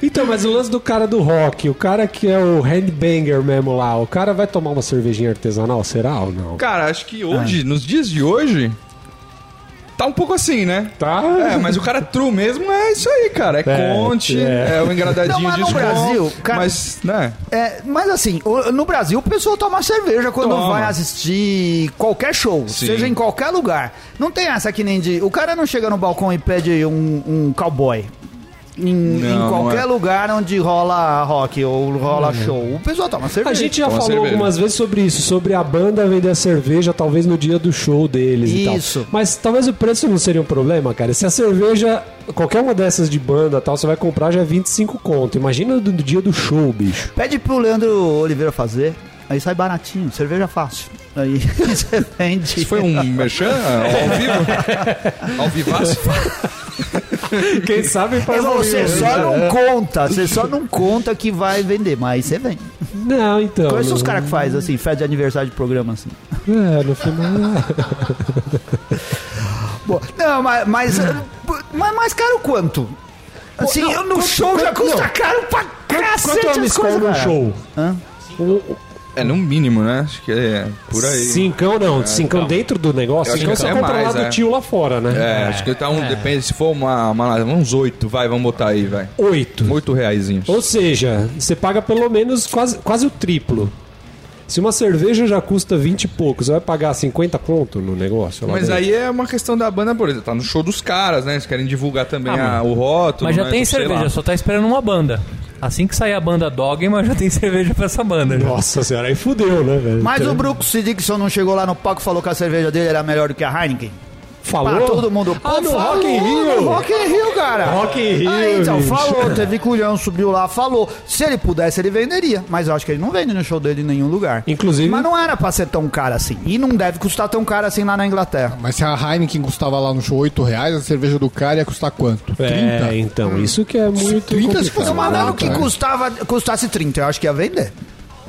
Speaker 1: Então, mas o lance do cara do rock, o cara que é o handbanger mesmo lá, o cara vai tomar uma cervejinha artesanal, será ou não?
Speaker 5: Cara, acho que hoje, nos dias de hoje, tá um pouco assim, né?
Speaker 1: Tá?
Speaker 5: É, mas o cara true mesmo é isso aí, cara. É,
Speaker 1: É,
Speaker 5: conte,
Speaker 1: é.
Speaker 5: é, o engradadinho
Speaker 2: Não, mas
Speaker 5: de
Speaker 2: no
Speaker 5: Skol,
Speaker 2: Brasil, cara-
Speaker 5: Mas, né?
Speaker 2: É, mas assim, o- no Brasil o pessoal toma cerveja quando
Speaker 5: Toma.
Speaker 2: vai assistir qualquer show,
Speaker 5: Sim.
Speaker 2: seja em qualquer lugar. Não tem essa que nem de. O cara não chega no balcão e pede um, um cowboy. Em,
Speaker 5: Não,
Speaker 2: em qualquer
Speaker 5: não é.
Speaker 2: lugar onde rola rock ou rola show. O pessoal toma cerveja.
Speaker 1: A gente já
Speaker 5: Toma
Speaker 1: falou
Speaker 5: cerveja.
Speaker 1: algumas vezes sobre isso, sobre a banda vender a cerveja, talvez no dia do show deles e tal.
Speaker 2: Isso.
Speaker 1: Mas talvez o preço não seria um problema, cara. Se a cerveja, qualquer uma dessas de banda e tal, você vai comprar já é 25 conto. Imagina no dia do show, bicho.
Speaker 2: Pede pro Leandro Oliveira fazer. Aí sai baratinho, cerveja fácil. Aí *laughs* você vende.
Speaker 5: Isso
Speaker 2: *laughs*
Speaker 5: foi um merchan ao vivo? ao vivaço?
Speaker 1: *laughs* Quem sabe
Speaker 2: É,
Speaker 1: faz um
Speaker 2: você só não conta, você só não conta que vai vender, mas você vende.
Speaker 1: Não, então.
Speaker 2: Conhece
Speaker 1: não-
Speaker 2: os caras que faz assim, festa de aniversário de programa assim.
Speaker 1: É, no é. final.
Speaker 2: *laughs* Bom, não, mas, mas, mas mais caro quanto? Assim,
Speaker 1: não,
Speaker 2: eu no
Speaker 1: quanto-
Speaker 2: show já
Speaker 1: quanto-
Speaker 2: custa
Speaker 1: não.
Speaker 2: Tá caro pra
Speaker 1: Quanto
Speaker 2: cacete
Speaker 1: é uma
Speaker 2: as
Speaker 1: Skol
Speaker 2: coisas,
Speaker 1: no
Speaker 2: cara.
Speaker 1: show?
Speaker 2: Hã?
Speaker 1: Um,
Speaker 5: É, no mínimo, né? Acho que é por aí. É, então.
Speaker 1: Cincão não, cincão dentro do negócio.
Speaker 5: Eu acho
Speaker 1: Cincão
Speaker 5: que
Speaker 1: só
Speaker 5: é
Speaker 1: compra
Speaker 5: mais,
Speaker 1: lá do
Speaker 5: é.
Speaker 1: tio lá fora,
Speaker 5: É,
Speaker 1: né?
Speaker 5: acho que tá um. Depende, se for uma, uma- Uns oito, vai, vamos botar aí, vai.
Speaker 1: Oito.
Speaker 5: Oito reaisinhos.
Speaker 1: Ou seja, você paga pelo menos quase, quase o triplo. Se uma cerveja já custa 20 e pouco, você vai pagar 50 conto no negócio? lá
Speaker 5: Mas
Speaker 1: dentro?
Speaker 5: aí é uma questão da banda, por exemplo, tá no show dos caras, né? Eles querem divulgar também
Speaker 3: Ah,
Speaker 5: a-
Speaker 3: mas-
Speaker 5: o rótulo.
Speaker 3: Mas já
Speaker 5: né?
Speaker 3: tem
Speaker 5: Então, sei lá.
Speaker 3: cerveja, só tá esperando uma banda. Assim que sair a banda Dogma, já tem *laughs* cerveja pra essa banda. já.
Speaker 1: Nossa senhora, aí fudeu, né, velho?
Speaker 2: Mas
Speaker 1: Então,
Speaker 2: o Brooks Dixon não chegou lá no palco e falou que a cerveja dele era melhor do que a Heineken?
Speaker 1: falou.
Speaker 2: Pra todo mundo.
Speaker 1: Ah, no
Speaker 2: Pô,
Speaker 1: Rock in
Speaker 2: falou,
Speaker 1: Rio.
Speaker 2: no Rock in Rio, cara.
Speaker 1: Rock in Rio,
Speaker 2: Aí, então,
Speaker 1: bicho.
Speaker 2: falou, teve culhão, subiu lá, falou. Se ele pudesse, ele venderia. Mas eu acho que ele não vende no show dele em nenhum lugar.
Speaker 1: Inclusive-
Speaker 2: Mas não era pra ser tão caro assim. E não deve custar tão caro assim lá na Inglaterra.
Speaker 4: Mas se a Heineken custava lá no show 8 reais, a cerveja do cara ia custar quanto?
Speaker 1: É, então, isso que é muito
Speaker 2: Então,
Speaker 4: 30 se
Speaker 1: complicado.
Speaker 4: fosse uma
Speaker 2: Mas não
Speaker 4: Barato,
Speaker 2: que
Speaker 4: é.
Speaker 2: custava, custasse 30, eu acho que ia vender.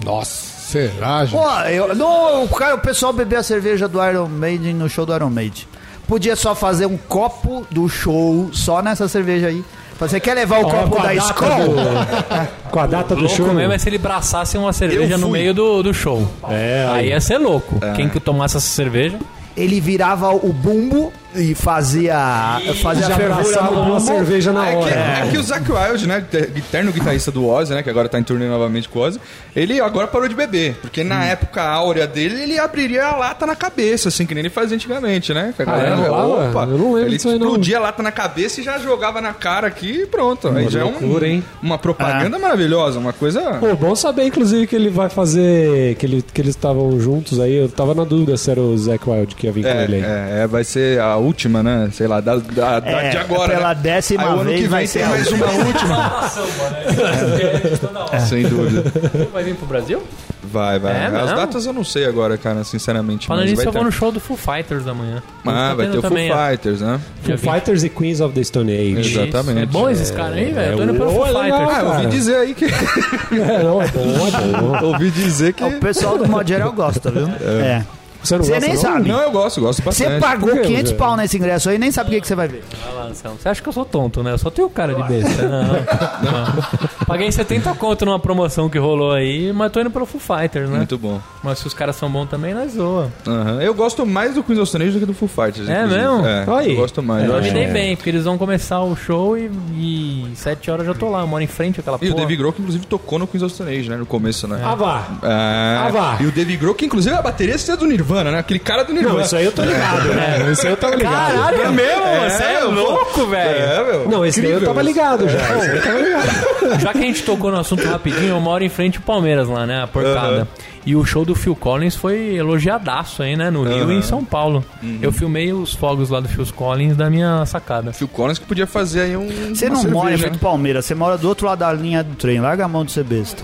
Speaker 4: Nossa, será, gente?
Speaker 2: Pô, eu, não, cara, o pessoal bebeu a cerveja do Iron Maiden no show do Iron Maiden. Podia só fazer um copo do show só nessa cerveja aí. Você quer levar o
Speaker 1: Olha,
Speaker 2: copo da escola?
Speaker 1: do, com a data do
Speaker 3: louco
Speaker 1: show.
Speaker 3: mesmo é se ele braçasse uma cerveja
Speaker 5: Eu
Speaker 3: no
Speaker 5: fui. É.
Speaker 3: meio do, do show.
Speaker 1: É,
Speaker 3: Aí
Speaker 1: aí-
Speaker 3: ia ser louco. Quem que tomasse essa cerveja?
Speaker 2: ele virava o bumbo e fazia, fazia
Speaker 1: já
Speaker 2: fervura
Speaker 1: abraçava
Speaker 2: no
Speaker 1: uma
Speaker 2: bumbo.
Speaker 1: cerveja na
Speaker 5: É que,
Speaker 1: hora.
Speaker 5: é que o Zac Wild, né, te- eterno guitarrista do Ozzy, né, que agora tá em turnê novamente com o Ozzy, ele agora parou de beber, porque
Speaker 1: Hum.
Speaker 5: na época áurea dele, ele abriria a lata na cabeça, assim, que nem ele fazia antigamente, né? Que a
Speaker 1: Ah, é? Rolava? Eu não lembro
Speaker 5: ele
Speaker 1: disso aí, não.
Speaker 5: explodia a lata na cabeça e já jogava na cara aqui e pronto. aí já
Speaker 1: loucura,
Speaker 5: é um-
Speaker 1: hein? Ah.
Speaker 5: uma propaganda maravilhosa, uma coisa...
Speaker 1: Pô, bom saber, inclusive, que ele vai fazer. Que, ele, que eles estavam juntos aí. Eu tava na dúvida se era o Zac Wild que ia vir com
Speaker 5: É,
Speaker 1: ele aí.
Speaker 5: é, é, vai ser a última, né? Sei lá, da, da- da-
Speaker 2: É,
Speaker 5: de agora.
Speaker 2: pela
Speaker 5: né?
Speaker 2: décima
Speaker 5: Aí o ano
Speaker 2: vez
Speaker 5: que vem
Speaker 2: vai ser
Speaker 5: tem
Speaker 2: a
Speaker 5: mais uma última. Sem dúvida.
Speaker 3: Vai vir pro Brasil?
Speaker 5: Vai, vai.
Speaker 3: É
Speaker 5: As
Speaker 3: mesmo?
Speaker 5: datas eu não sei agora, cara, sinceramente.
Speaker 3: Falando
Speaker 5: mas
Speaker 3: nisso,
Speaker 5: vai
Speaker 3: eu vou
Speaker 5: ter.
Speaker 3: no show do Full Fighters da manhã.
Speaker 5: Ah,
Speaker 3: Tá
Speaker 5: vai
Speaker 3: tendo
Speaker 5: ter o Foo
Speaker 3: também, é.
Speaker 5: Fighters, né?
Speaker 1: Foo Fighters e Queens of the Stone Age.
Speaker 5: Exato. Exatamente.
Speaker 3: É bom esses caras aí, velho? Eu tô indo pelo
Speaker 1: o-
Speaker 3: Full
Speaker 1: é legal,
Speaker 3: Fighters.
Speaker 5: Ah, eu
Speaker 1: Cara.
Speaker 5: ouvi dizer aí que.
Speaker 1: É, *laughs* não, é bom, é bom.
Speaker 5: ouvi dizer que.
Speaker 2: É O pessoal do modo geral gosta, viu? É.
Speaker 1: Você não
Speaker 2: Você
Speaker 1: gosta,
Speaker 2: nem
Speaker 1: não?
Speaker 2: sabe.
Speaker 5: Não, eu gosto, gosto
Speaker 2: Você
Speaker 5: bastante.
Speaker 2: pagou
Speaker 1: Por quê,
Speaker 2: 500
Speaker 1: Zé?
Speaker 2: pau nesse ingresso aí, nem sabe o que, que você vai ver.
Speaker 3: Vai lá, Anselmo. Você acha que eu sou tonto, né? Eu só tenho cara de
Speaker 5: *laughs*
Speaker 3: besta. Não, não. Paguei 70 conto numa promoção que rolou aí, mas tô indo pelo Full Fighters, né?
Speaker 5: Muito bom.
Speaker 3: Mas se os caras são bons também, nós zoa.
Speaker 5: Aham. Eu gosto mais do Queens of Stone Age do que do Full Fighters.
Speaker 3: É
Speaker 5: inclusive.
Speaker 3: mesmo?
Speaker 5: É,
Speaker 1: Aí.
Speaker 5: Eu gosto mais. eu
Speaker 3: Eu
Speaker 5: acho.
Speaker 3: me dei bem, porque eles vão começar o show e, e 7 horas eu já tô lá, eu moro em frente àquela
Speaker 5: E o
Speaker 3: porra.
Speaker 5: Dave Grohl, que inclusive tocou no Queens of Stone Age, né? No começo, né?
Speaker 1: Ah, vá.
Speaker 5: Ah,
Speaker 1: Ah, vá.
Speaker 5: E o Dave Grohl, que inclusive é a bateria é do Nirvana, né? Aquele cara do Nirvana.
Speaker 1: Não, isso aí eu tô ligado, né? Isso aí eu tava ligado.
Speaker 3: Caralho, é mesmo? Você é
Speaker 5: eu vou-
Speaker 3: louco, velho.
Speaker 5: *laughs* É, meu.
Speaker 1: Não, esse daí eu
Speaker 5: Incrível.
Speaker 1: tava ligado já. Esse daí eu tava ligado.
Speaker 3: Já que a gente tocou no assunto rapidinho, eu moro em frente ao Palmeiras lá, né? A porcada.
Speaker 5: Aham.
Speaker 3: E o show do Phil Collins foi elogiadaço aí, né? No Rio e em São Paulo.
Speaker 5: Uhum.
Speaker 3: Eu filmei os fogos lá do Phil Collins da minha sacada.
Speaker 5: Phil Collins que podia fazer aí um.
Speaker 2: Você
Speaker 5: uma
Speaker 2: não mora em
Speaker 5: cerveja,
Speaker 2: frente
Speaker 5: né?
Speaker 2: do Palmeiras, você mora do outro lado da linha do trem. Larga a mão de ser besta.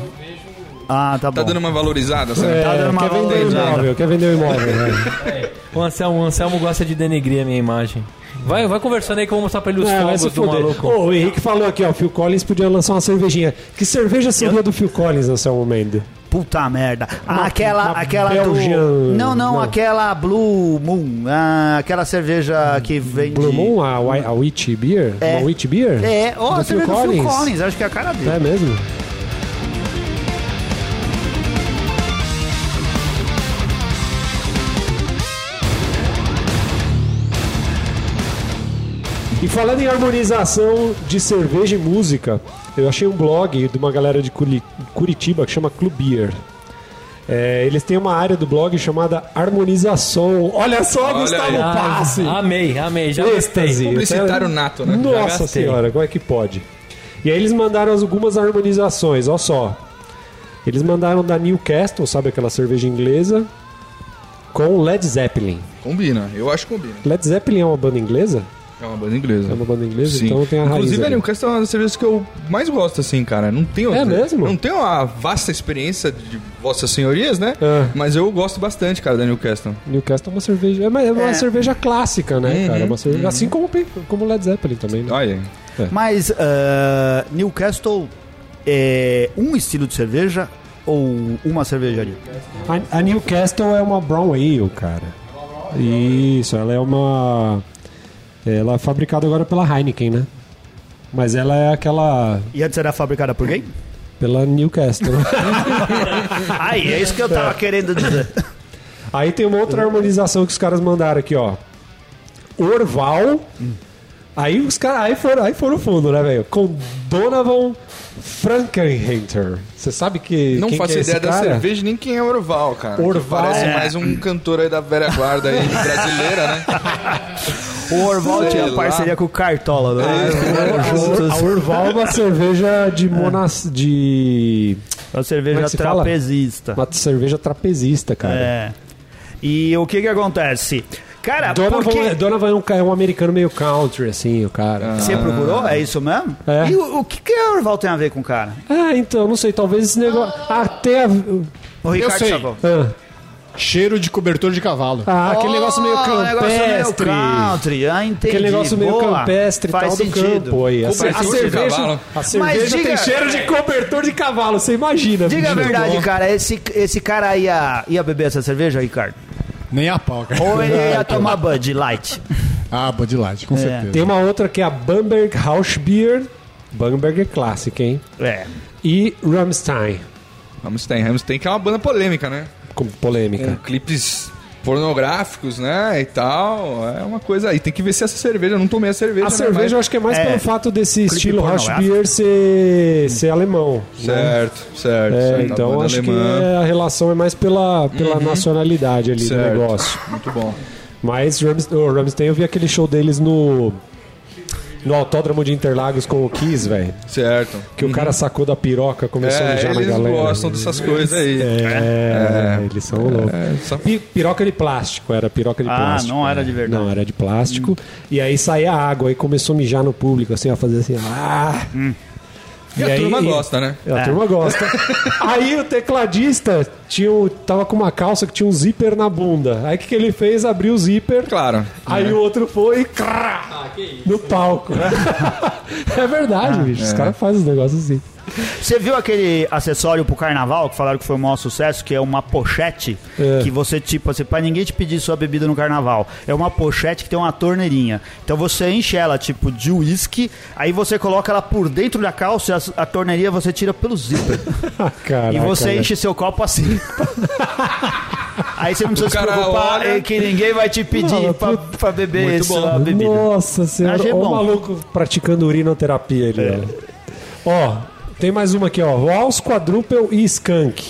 Speaker 2: Ah, tá bom.
Speaker 5: Tá dando uma valorizada, sabe?
Speaker 1: É,
Speaker 2: Tá dando uma
Speaker 1: quer vender o
Speaker 2: valorizada.
Speaker 1: imóvel, quer vender o imóvel, né?
Speaker 3: O Anselmo, o Anselmo gosta de denegrir a minha imagem. Vai, vai conversando aí que eu vou mostrar pra ele os
Speaker 1: É, vai se
Speaker 3: fogos do
Speaker 1: fuder.
Speaker 3: maluco.
Speaker 1: Ô, o Henrique falou aqui, ó, o Phil Collins podia lançar uma cervejinha. Que cerveja seria do Phil Collins nesse momento?
Speaker 2: Puta merda. aquela,
Speaker 1: uma
Speaker 2: aquela
Speaker 1: Belgian-
Speaker 2: do... Não, não,
Speaker 1: não.
Speaker 2: aquela Blue Moon. ah, aquela cerveja que vende...
Speaker 1: Blue Moon, a, Wi- a Witch Beer?
Speaker 2: É.
Speaker 1: Uma Witch Beer?
Speaker 2: É, ó,
Speaker 1: Do
Speaker 2: a cerveja do Phil Collins. Acho que é a cara dele.
Speaker 1: É mesmo? E falando em harmonização de cerveja e música, eu achei um blog de uma galera de Curi- Curitiba que chama Clubier. É, eles têm uma área do blog chamada harmonização. Olha só,
Speaker 5: Olha
Speaker 1: Gustavo
Speaker 5: aí. Ah,
Speaker 1: Passe!
Speaker 3: amei, amei, já
Speaker 1: Êxtase.
Speaker 3: gostei.
Speaker 5: Publicitário nato, né?
Speaker 3: Já
Speaker 1: Nossa
Speaker 3: gastei.
Speaker 1: senhora, como é que pode? E aí eles mandaram algumas harmonizações, olha só. Eles mandaram da Newcastle, sabe aquela cerveja inglesa? Com Led Zeppelin.
Speaker 5: Combina, eu acho que combina.
Speaker 1: Led Zeppelin é uma banda inglesa?
Speaker 5: É uma banda inglesa.
Speaker 1: É uma banda inglesa?
Speaker 5: Sim.
Speaker 1: Então tem a raiz.
Speaker 5: Inclusive,
Speaker 1: ali.
Speaker 5: a Newcastle é uma das cervejas que eu mais gosto, assim, cara. Não tenho.
Speaker 1: É mesmo?
Speaker 5: Não tenho uma vasta experiência de vossas senhorias, né?
Speaker 1: É.
Speaker 5: Mas eu gosto bastante, cara, da Newcastle.
Speaker 1: Newcastle é uma cerveja. É uma, é uma cerveja clássica, né, cara? É uma cerveja- assim como como Led Zeppelin também. né?
Speaker 5: Olha aí.
Speaker 2: Mas ah, Newcastle é um estilo de cerveja ou uma cervejaria?
Speaker 1: A, a Newcastle é uma brown ale, cara. Isso, ela é uma. Ela é fabricada agora pela Heineken, né? Mas ela é aquela.
Speaker 2: E antes era fabricada por *laughs* quem?
Speaker 1: pela *laughs* Newcastle.
Speaker 2: Aí, é isso que eu tava querendo dizer.
Speaker 1: Aí tem uma outra harmonização que os caras mandaram aqui, ó. Orval Aí os caras aí foram, aí foram fundo, né, velho? Com Donovan Frankenhater. Você sabe que.
Speaker 5: Não
Speaker 1: quem
Speaker 5: faço
Speaker 1: que é esse
Speaker 5: ideia da
Speaker 1: cara?
Speaker 5: cerveja nem quem é Orval, cara. Que
Speaker 1: Orval.
Speaker 5: Parece
Speaker 1: É.
Speaker 5: mais um cantor aí da velha guarda
Speaker 1: *laughs*
Speaker 5: aí brasileira, né?
Speaker 2: O Orval
Speaker 5: Sei
Speaker 2: tinha
Speaker 5: lá.
Speaker 2: parceria com o Cartola, né?
Speaker 1: A Ur- *laughs* A Urval é uma cerveja de monas. de.
Speaker 2: É uma cerveja
Speaker 1: Como é que se fala?
Speaker 2: trapezista.
Speaker 1: Uma cerveja trapezista, cara.
Speaker 2: Tá. É. E o que que acontece? Cara,
Speaker 1: Donovan,
Speaker 2: Ah, porque...
Speaker 1: Donovan é, um, ca- é um americano meio country, assim, o cara.
Speaker 2: Você procurou? É isso mesmo?
Speaker 1: É.
Speaker 2: E o, o que que o Orval tem a ver com o cara?
Speaker 1: Ah, então, não sei, talvez esse negócio. Até. a-
Speaker 2: O Ricardo
Speaker 4: sei.
Speaker 2: Chavão.
Speaker 1: Ah,
Speaker 4: Cheiro de cobertor de cavalo.
Speaker 1: ah, aquele negócio meio
Speaker 2: Oh, negócio meio
Speaker 1: campestre.
Speaker 2: country. Ah, entendi.
Speaker 1: Aquele negócio meio
Speaker 2: Boa.
Speaker 1: campestre e
Speaker 2: Faz
Speaker 1: tal
Speaker 2: sentido.
Speaker 1: do campo aí. A,
Speaker 5: Cobertor
Speaker 1: a
Speaker 5: de
Speaker 1: cerveja,
Speaker 5: cavalo.
Speaker 1: a cerveja
Speaker 2: diga-
Speaker 1: tem cheiro de cobertor de cavalo, você imagina.
Speaker 2: Diga a
Speaker 1: bicho.
Speaker 2: verdade, cara. Esse, esse cara ia, ia beber essa cerveja, Ricardo?
Speaker 4: Nem a pau, cara.
Speaker 2: Ou ele ia tomar Bud Light?
Speaker 4: *laughs* Ah, Bud Light, com certeza.
Speaker 1: Tem uma outra que é a Bamberg Hausbier. Bamberg é clássica, hein?
Speaker 2: É.
Speaker 1: E Rammstein,
Speaker 5: Ramstein, Ramstein que é uma banda polêmica, né?
Speaker 1: com polêmica.
Speaker 2: É.
Speaker 5: Com clipes pornográficos, né? E tal. É uma coisa aí. Tem que ver se essa cerveja. Eu não tomei a cerveja.
Speaker 1: A
Speaker 5: né?
Speaker 1: cerveja eu acho que é mais
Speaker 2: é,
Speaker 1: pelo fato desse estilo
Speaker 2: pornográfico.
Speaker 1: Hausbier ser, ser alemão.
Speaker 5: Mas... Certo, certo.
Speaker 1: É,
Speaker 2: tá
Speaker 5: certo. Tá A
Speaker 1: então
Speaker 5: banda
Speaker 1: acho
Speaker 5: alemã.
Speaker 1: que é- a relação é mais pela, pela
Speaker 2: Uhum.
Speaker 1: nacionalidade ali
Speaker 5: Certo.
Speaker 1: do negócio.
Speaker 5: Muito bom.
Speaker 1: Mas Rams- o Ramstein, eu vi aquele show deles no. No autódromo de Interlagos com o Kiss, velho.
Speaker 5: Certo.
Speaker 1: Que
Speaker 2: Uhum.
Speaker 1: o cara sacou da piroca, começou a
Speaker 5: É,
Speaker 1: mijar na
Speaker 5: eles
Speaker 1: galera. né?
Speaker 5: gostam dessas coisas aí. É,
Speaker 1: É, eles são loucos.
Speaker 5: só-
Speaker 1: Pi- Piroca de plástico, era piroca de
Speaker 2: É. Ah,
Speaker 1: plástico.
Speaker 2: não era
Speaker 1: é.
Speaker 2: de verdade.
Speaker 1: Não, era de plástico. E aí saía água, aí começou a mijar no público, assim, a fazer assim, ah...
Speaker 5: E, a turma gosta, né?
Speaker 2: É.
Speaker 1: A turma
Speaker 2: *laughs*
Speaker 1: gosta. aí o tecladista tinha, um- tava com uma calça que tinha um zíper na bunda. Aí o que, que ele fez? Abriu o zíper.
Speaker 5: Claro.
Speaker 1: Aí o outro foi e crá,
Speaker 5: Ah,
Speaker 1: no palco. *laughs* é verdade, bicho. Os caras fazem os negócios assim.
Speaker 2: Você viu aquele acessório pro carnaval que falaram que foi o maior sucesso, que é uma pochete
Speaker 1: É.
Speaker 2: que você tipo assim, pra ninguém te pedir sua bebida no carnaval. É uma pochete que tem uma torneirinha. Então você enche ela tipo de uísque, aí você coloca ela por dentro da calça e a, a torneirinha você tira pelo zíper.
Speaker 1: Caraca,
Speaker 2: e você
Speaker 1: velho.
Speaker 2: enche seu
Speaker 1: *laughs*
Speaker 2: copo assim. aí você não precisa se
Speaker 5: cara
Speaker 2: preocupar
Speaker 5: olha-
Speaker 2: eh, que ninguém vai te pedir
Speaker 1: Não,
Speaker 2: pra, pra beber
Speaker 5: Muito
Speaker 2: sua
Speaker 5: bom.
Speaker 2: bebida.
Speaker 1: Nossa senhora,
Speaker 2: Achei
Speaker 1: ó o
Speaker 2: bom.
Speaker 1: maluco praticando urinoterapia ali, ó. Ó, tem mais uma aqui, ó. Walls, Quadruple e Skunk.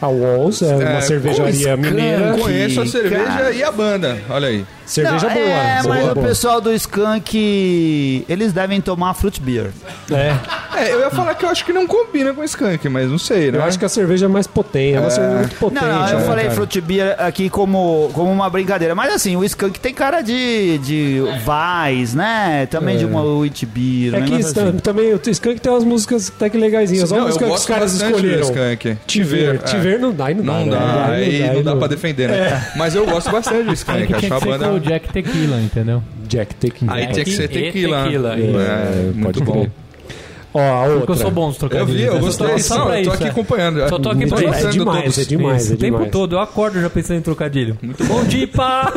Speaker 1: A Walls é uma
Speaker 5: É,
Speaker 1: cervejaria
Speaker 5: com
Speaker 1: mineira.
Speaker 5: Eu conheço a
Speaker 2: Que
Speaker 5: cerveja
Speaker 2: cara.
Speaker 5: e a banda. Olha aí.
Speaker 1: Cerveja
Speaker 2: Não,
Speaker 1: boa.
Speaker 2: É,
Speaker 1: boa,
Speaker 2: mas o
Speaker 1: boa.
Speaker 2: pessoal do Skunk, eles devem tomar fruit beer.
Speaker 1: É,
Speaker 5: É, eu ia falar que eu acho que não combina com o Skank, mas não sei, né?
Speaker 1: eu acho que a cerveja é mais potente. É uma cerveja muito potente.
Speaker 2: Não, não, eu
Speaker 1: né,
Speaker 2: falei
Speaker 1: cara?
Speaker 2: fruit beer aqui como, como uma brincadeira. Mas assim, o Skunk tem cara de, de Vaz, né? Também de uma wheat beer. um
Speaker 1: É que
Speaker 2: negócio
Speaker 1: está-
Speaker 2: assim.
Speaker 1: também, o Skunk tem umas músicas até que legaisinhas. Olha a
Speaker 5: Não, eu
Speaker 1: música que os
Speaker 5: gosto
Speaker 1: caras
Speaker 5: bastante do
Speaker 1: escolheram.
Speaker 5: Skank.
Speaker 1: Te ver.
Speaker 5: Te Ver,
Speaker 1: Te
Speaker 5: é.
Speaker 1: ver não dá, e não,
Speaker 5: Não
Speaker 1: dá. né? É.
Speaker 5: dá,
Speaker 1: e
Speaker 5: aí não dá pra defender, né? Mas eu gosto bastante do
Speaker 3: Aí
Speaker 5: Skank,
Speaker 3: que
Speaker 5: acho
Speaker 3: tinha
Speaker 5: uma
Speaker 3: que ser com o
Speaker 5: banda.
Speaker 3: Jack Tequila, entendeu?
Speaker 1: Jack, take
Speaker 5: Aí
Speaker 1: back.
Speaker 5: tinha que ser
Speaker 3: Jack e
Speaker 5: tequila.
Speaker 3: tequila.
Speaker 5: É,
Speaker 1: É,
Speaker 5: muito
Speaker 1: pode
Speaker 5: bom.
Speaker 1: crer. Ó, a outra.
Speaker 3: Porque eu sou bom nos
Speaker 5: Eu
Speaker 3: trocadilhos.
Speaker 5: vi, eu gostei.
Speaker 3: Só,
Speaker 5: Não,
Speaker 3: pra
Speaker 5: eu tô
Speaker 3: isso,
Speaker 5: aqui
Speaker 3: é.
Speaker 5: acompanhando.
Speaker 3: Só tô aqui pra
Speaker 5: Tô
Speaker 3: isso.
Speaker 1: É
Speaker 5: anotando
Speaker 1: demais,
Speaker 5: todos.
Speaker 1: é demais,
Speaker 3: Isso,
Speaker 1: é
Speaker 3: o tempo
Speaker 1: demais.
Speaker 3: todo eu acordo já pensando em trocadilho. Muito bom. dia, pá!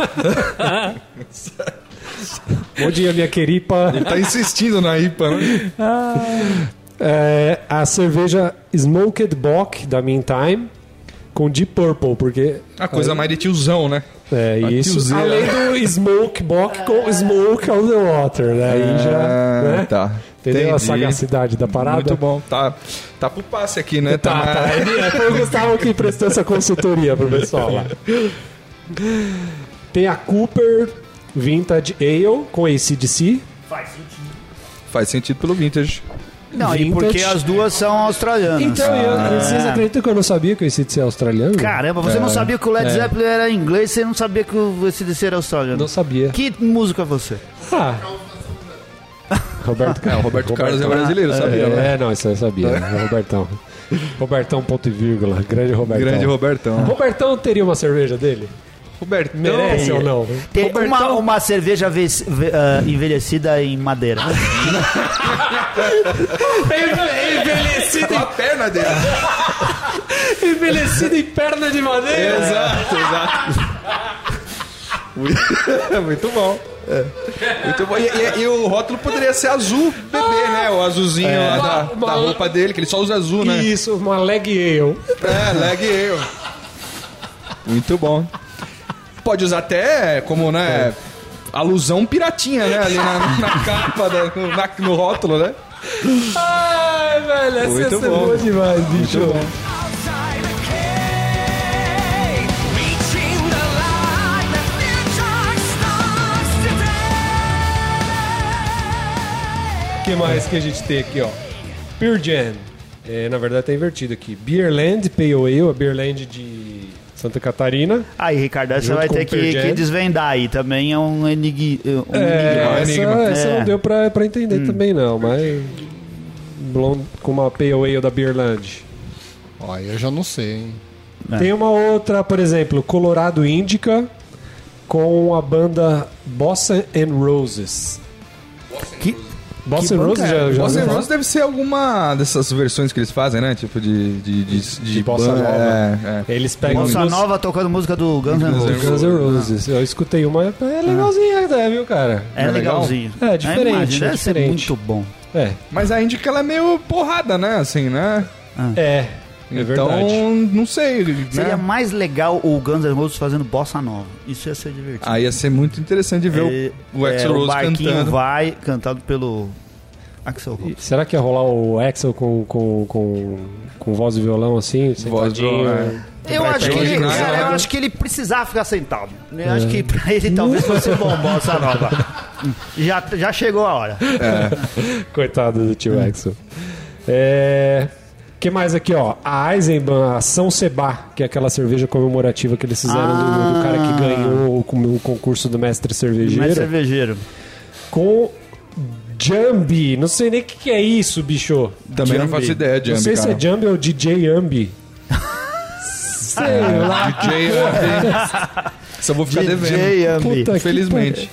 Speaker 1: Bom dia, minha
Speaker 5: *laughs*
Speaker 1: queripa.
Speaker 5: Tá insistindo na IPA, né?
Speaker 1: É, a cerveja Smoked Bock da Meantime com Deep Purple, porque
Speaker 5: A coisa mais de tiozão, né?
Speaker 1: é
Speaker 5: A
Speaker 1: isso.
Speaker 5: tiozinha.
Speaker 1: Além do Smoke Bock com Smoke on the Water, né? Aí já, né?
Speaker 5: tá.
Speaker 1: Entendeu a
Speaker 5: Entendi.
Speaker 1: sagacidade da parada?
Speaker 5: Muito bom. Tá, tá pro passe aqui, né?
Speaker 1: Tá,
Speaker 5: na- *laughs*
Speaker 1: tá. Ele- Foi o Gustavo que prestou essa consultoria pro pessoal lá. Tem a Cooper Vintage Ale com ACDC.
Speaker 5: tá. Faz sentido pelo vintage.
Speaker 2: Não, e
Speaker 1: vintage.
Speaker 2: porque as duas são australianas. Ah.
Speaker 1: Então, eu,
Speaker 2: É.
Speaker 1: vocês acreditam que eu não sabia que o ACDC é australiano?
Speaker 2: Caramba, você
Speaker 1: É.
Speaker 2: não sabia que o Led Zeppelin era inglês, você não sabia que o ACDC era australiano.
Speaker 1: Não sabia.
Speaker 2: Que música é você?
Speaker 1: Ah. Roberto *laughs*
Speaker 5: É, o
Speaker 1: Carlos.
Speaker 5: Roberto Carlos é brasileiro, sabia, né?
Speaker 1: É, não, isso eu sabia. né? Robertão. Robertão, ponto e vírgula. Grande Robertão.
Speaker 5: Grande Robertão.
Speaker 1: Robertão teria uma cerveja dele?
Speaker 5: Robertão.
Speaker 1: Merece ou não?
Speaker 2: Tem uma,
Speaker 1: Robertão-
Speaker 2: uma cerveja ve- ve- ah, envelhecida
Speaker 1: *laughs*
Speaker 2: em madeira.
Speaker 5: tá Com a perna dele.
Speaker 1: Envelhecido em perna de madeira.
Speaker 5: Exato, exato.
Speaker 1: *laughs*
Speaker 5: Muito bom.
Speaker 1: É.
Speaker 5: Muito bom. E, e- e o rótulo poderia ser azul bebê, né? O azulzinho lá da,
Speaker 1: Uma-
Speaker 5: da
Speaker 1: uma-
Speaker 5: roupa dele, que ele só usa azul, né?
Speaker 1: É. Isso, uma leg ale.
Speaker 5: É, lag eu.
Speaker 1: É.
Speaker 5: Muito bom. Pode usar até como, né? Alusão piratinha, né? Ali na, na capa, da- no, na- no rótulo, né?
Speaker 1: Ai, velho, essa
Speaker 5: Muito
Speaker 1: ia ser
Speaker 5: bom.
Speaker 1: boa demais, bicho.
Speaker 6: Outside the cave, reaching the light that future stars today.
Speaker 1: O que mais que a gente tem aqui, ó? Beer Jam. É, na verdade, tá invertido aqui. Beerland, Pale Ale, a Beerland de Santa Catarina.
Speaker 2: Aí, Ricardo, essa
Speaker 1: Junto
Speaker 2: vai
Speaker 1: com
Speaker 2: ter
Speaker 1: o
Speaker 2: que,
Speaker 1: Pearl Jam.
Speaker 2: que desvendar aí. Também é um, enigui, um enigma.
Speaker 1: É, essa,
Speaker 5: enigma.
Speaker 1: essa
Speaker 2: É. Hum.
Speaker 1: não deu pra, pra entender também, não, mas... Blonde com uma Pale Ale da Beerland.
Speaker 4: Ó, eu já não sei, hein?
Speaker 2: É.
Speaker 1: Tem uma outra, por exemplo, Colorado Índica com a banda Bossa and Roses.
Speaker 2: Que-
Speaker 1: Bossa
Speaker 2: que
Speaker 1: and Roses
Speaker 2: banda é?
Speaker 1: já, já
Speaker 5: Bossa
Speaker 1: ouviu falar?
Speaker 5: Rose deve ser alguma dessas versões que eles fazem, né? Tipo de. de, de, de,
Speaker 1: bossa
Speaker 5: banda,
Speaker 1: nova.
Speaker 5: É, é.
Speaker 1: Eles pegam
Speaker 2: Bossa
Speaker 1: duas-
Speaker 2: Nova tocando música do Guns N'
Speaker 5: Guns N'
Speaker 2: Roses.
Speaker 1: Guns N' Roses. Eu escutei uma, é
Speaker 2: Ah.
Speaker 1: legalzinha até, viu, cara?
Speaker 2: É
Speaker 5: É legal?
Speaker 2: legalzinho.
Speaker 1: É, diferente,
Speaker 2: imagem,
Speaker 1: é
Speaker 2: deve ser
Speaker 1: diferente.
Speaker 2: muito bom.
Speaker 1: É,
Speaker 5: Mas a Indy que ela é meio porrada, né? Assim, né?
Speaker 1: é, é
Speaker 5: então,
Speaker 1: verdade.
Speaker 5: não sei. né?
Speaker 2: Seria mais legal o Guns N' Roses fazendo bossa nova. Isso ia ser divertido.
Speaker 5: Aí ia ser muito interessante de ver Ah, o, o Axl
Speaker 2: é,
Speaker 5: Rose
Speaker 2: Barquinho
Speaker 5: cantando.
Speaker 2: vai, cantado pelo Axel
Speaker 1: E
Speaker 2: Rose.
Speaker 1: Será que ia rolar o Axel com, com, com, com voz e violão assim?
Speaker 5: Voz é. e
Speaker 1: sentadinho?
Speaker 5: violão,
Speaker 2: Eu acho, que ele,
Speaker 5: original,
Speaker 2: cara, eu
Speaker 5: né?
Speaker 2: acho que ele precisava ficar sentado. Eu acho que pra ele talvez fosse *laughs* bom bossa nova. Já, já chegou a hora.
Speaker 1: Coitado do tio Axel. É. que mais aqui, ó? A Eisenbahn, a São Sebá, que é aquela cerveja comemorativa que eles fizeram do, do cara que ganhou o, com- o concurso do Ah. mestre cervejeiro.
Speaker 2: Mais cervejeiro.
Speaker 1: Com Jambi. Não sei nem o que, que é isso, bicho.
Speaker 5: Também não
Speaker 2: Jambi.
Speaker 5: faço ideia, Jambi,
Speaker 1: Não sei se
Speaker 5: cara.
Speaker 1: é Jambi ou DJ Ambi.
Speaker 5: É,
Speaker 1: sei lá.
Speaker 5: DJ Ambi. Só vou ficar devendo.
Speaker 2: DJ Ambi.
Speaker 1: Puta
Speaker 5: Infelizmente.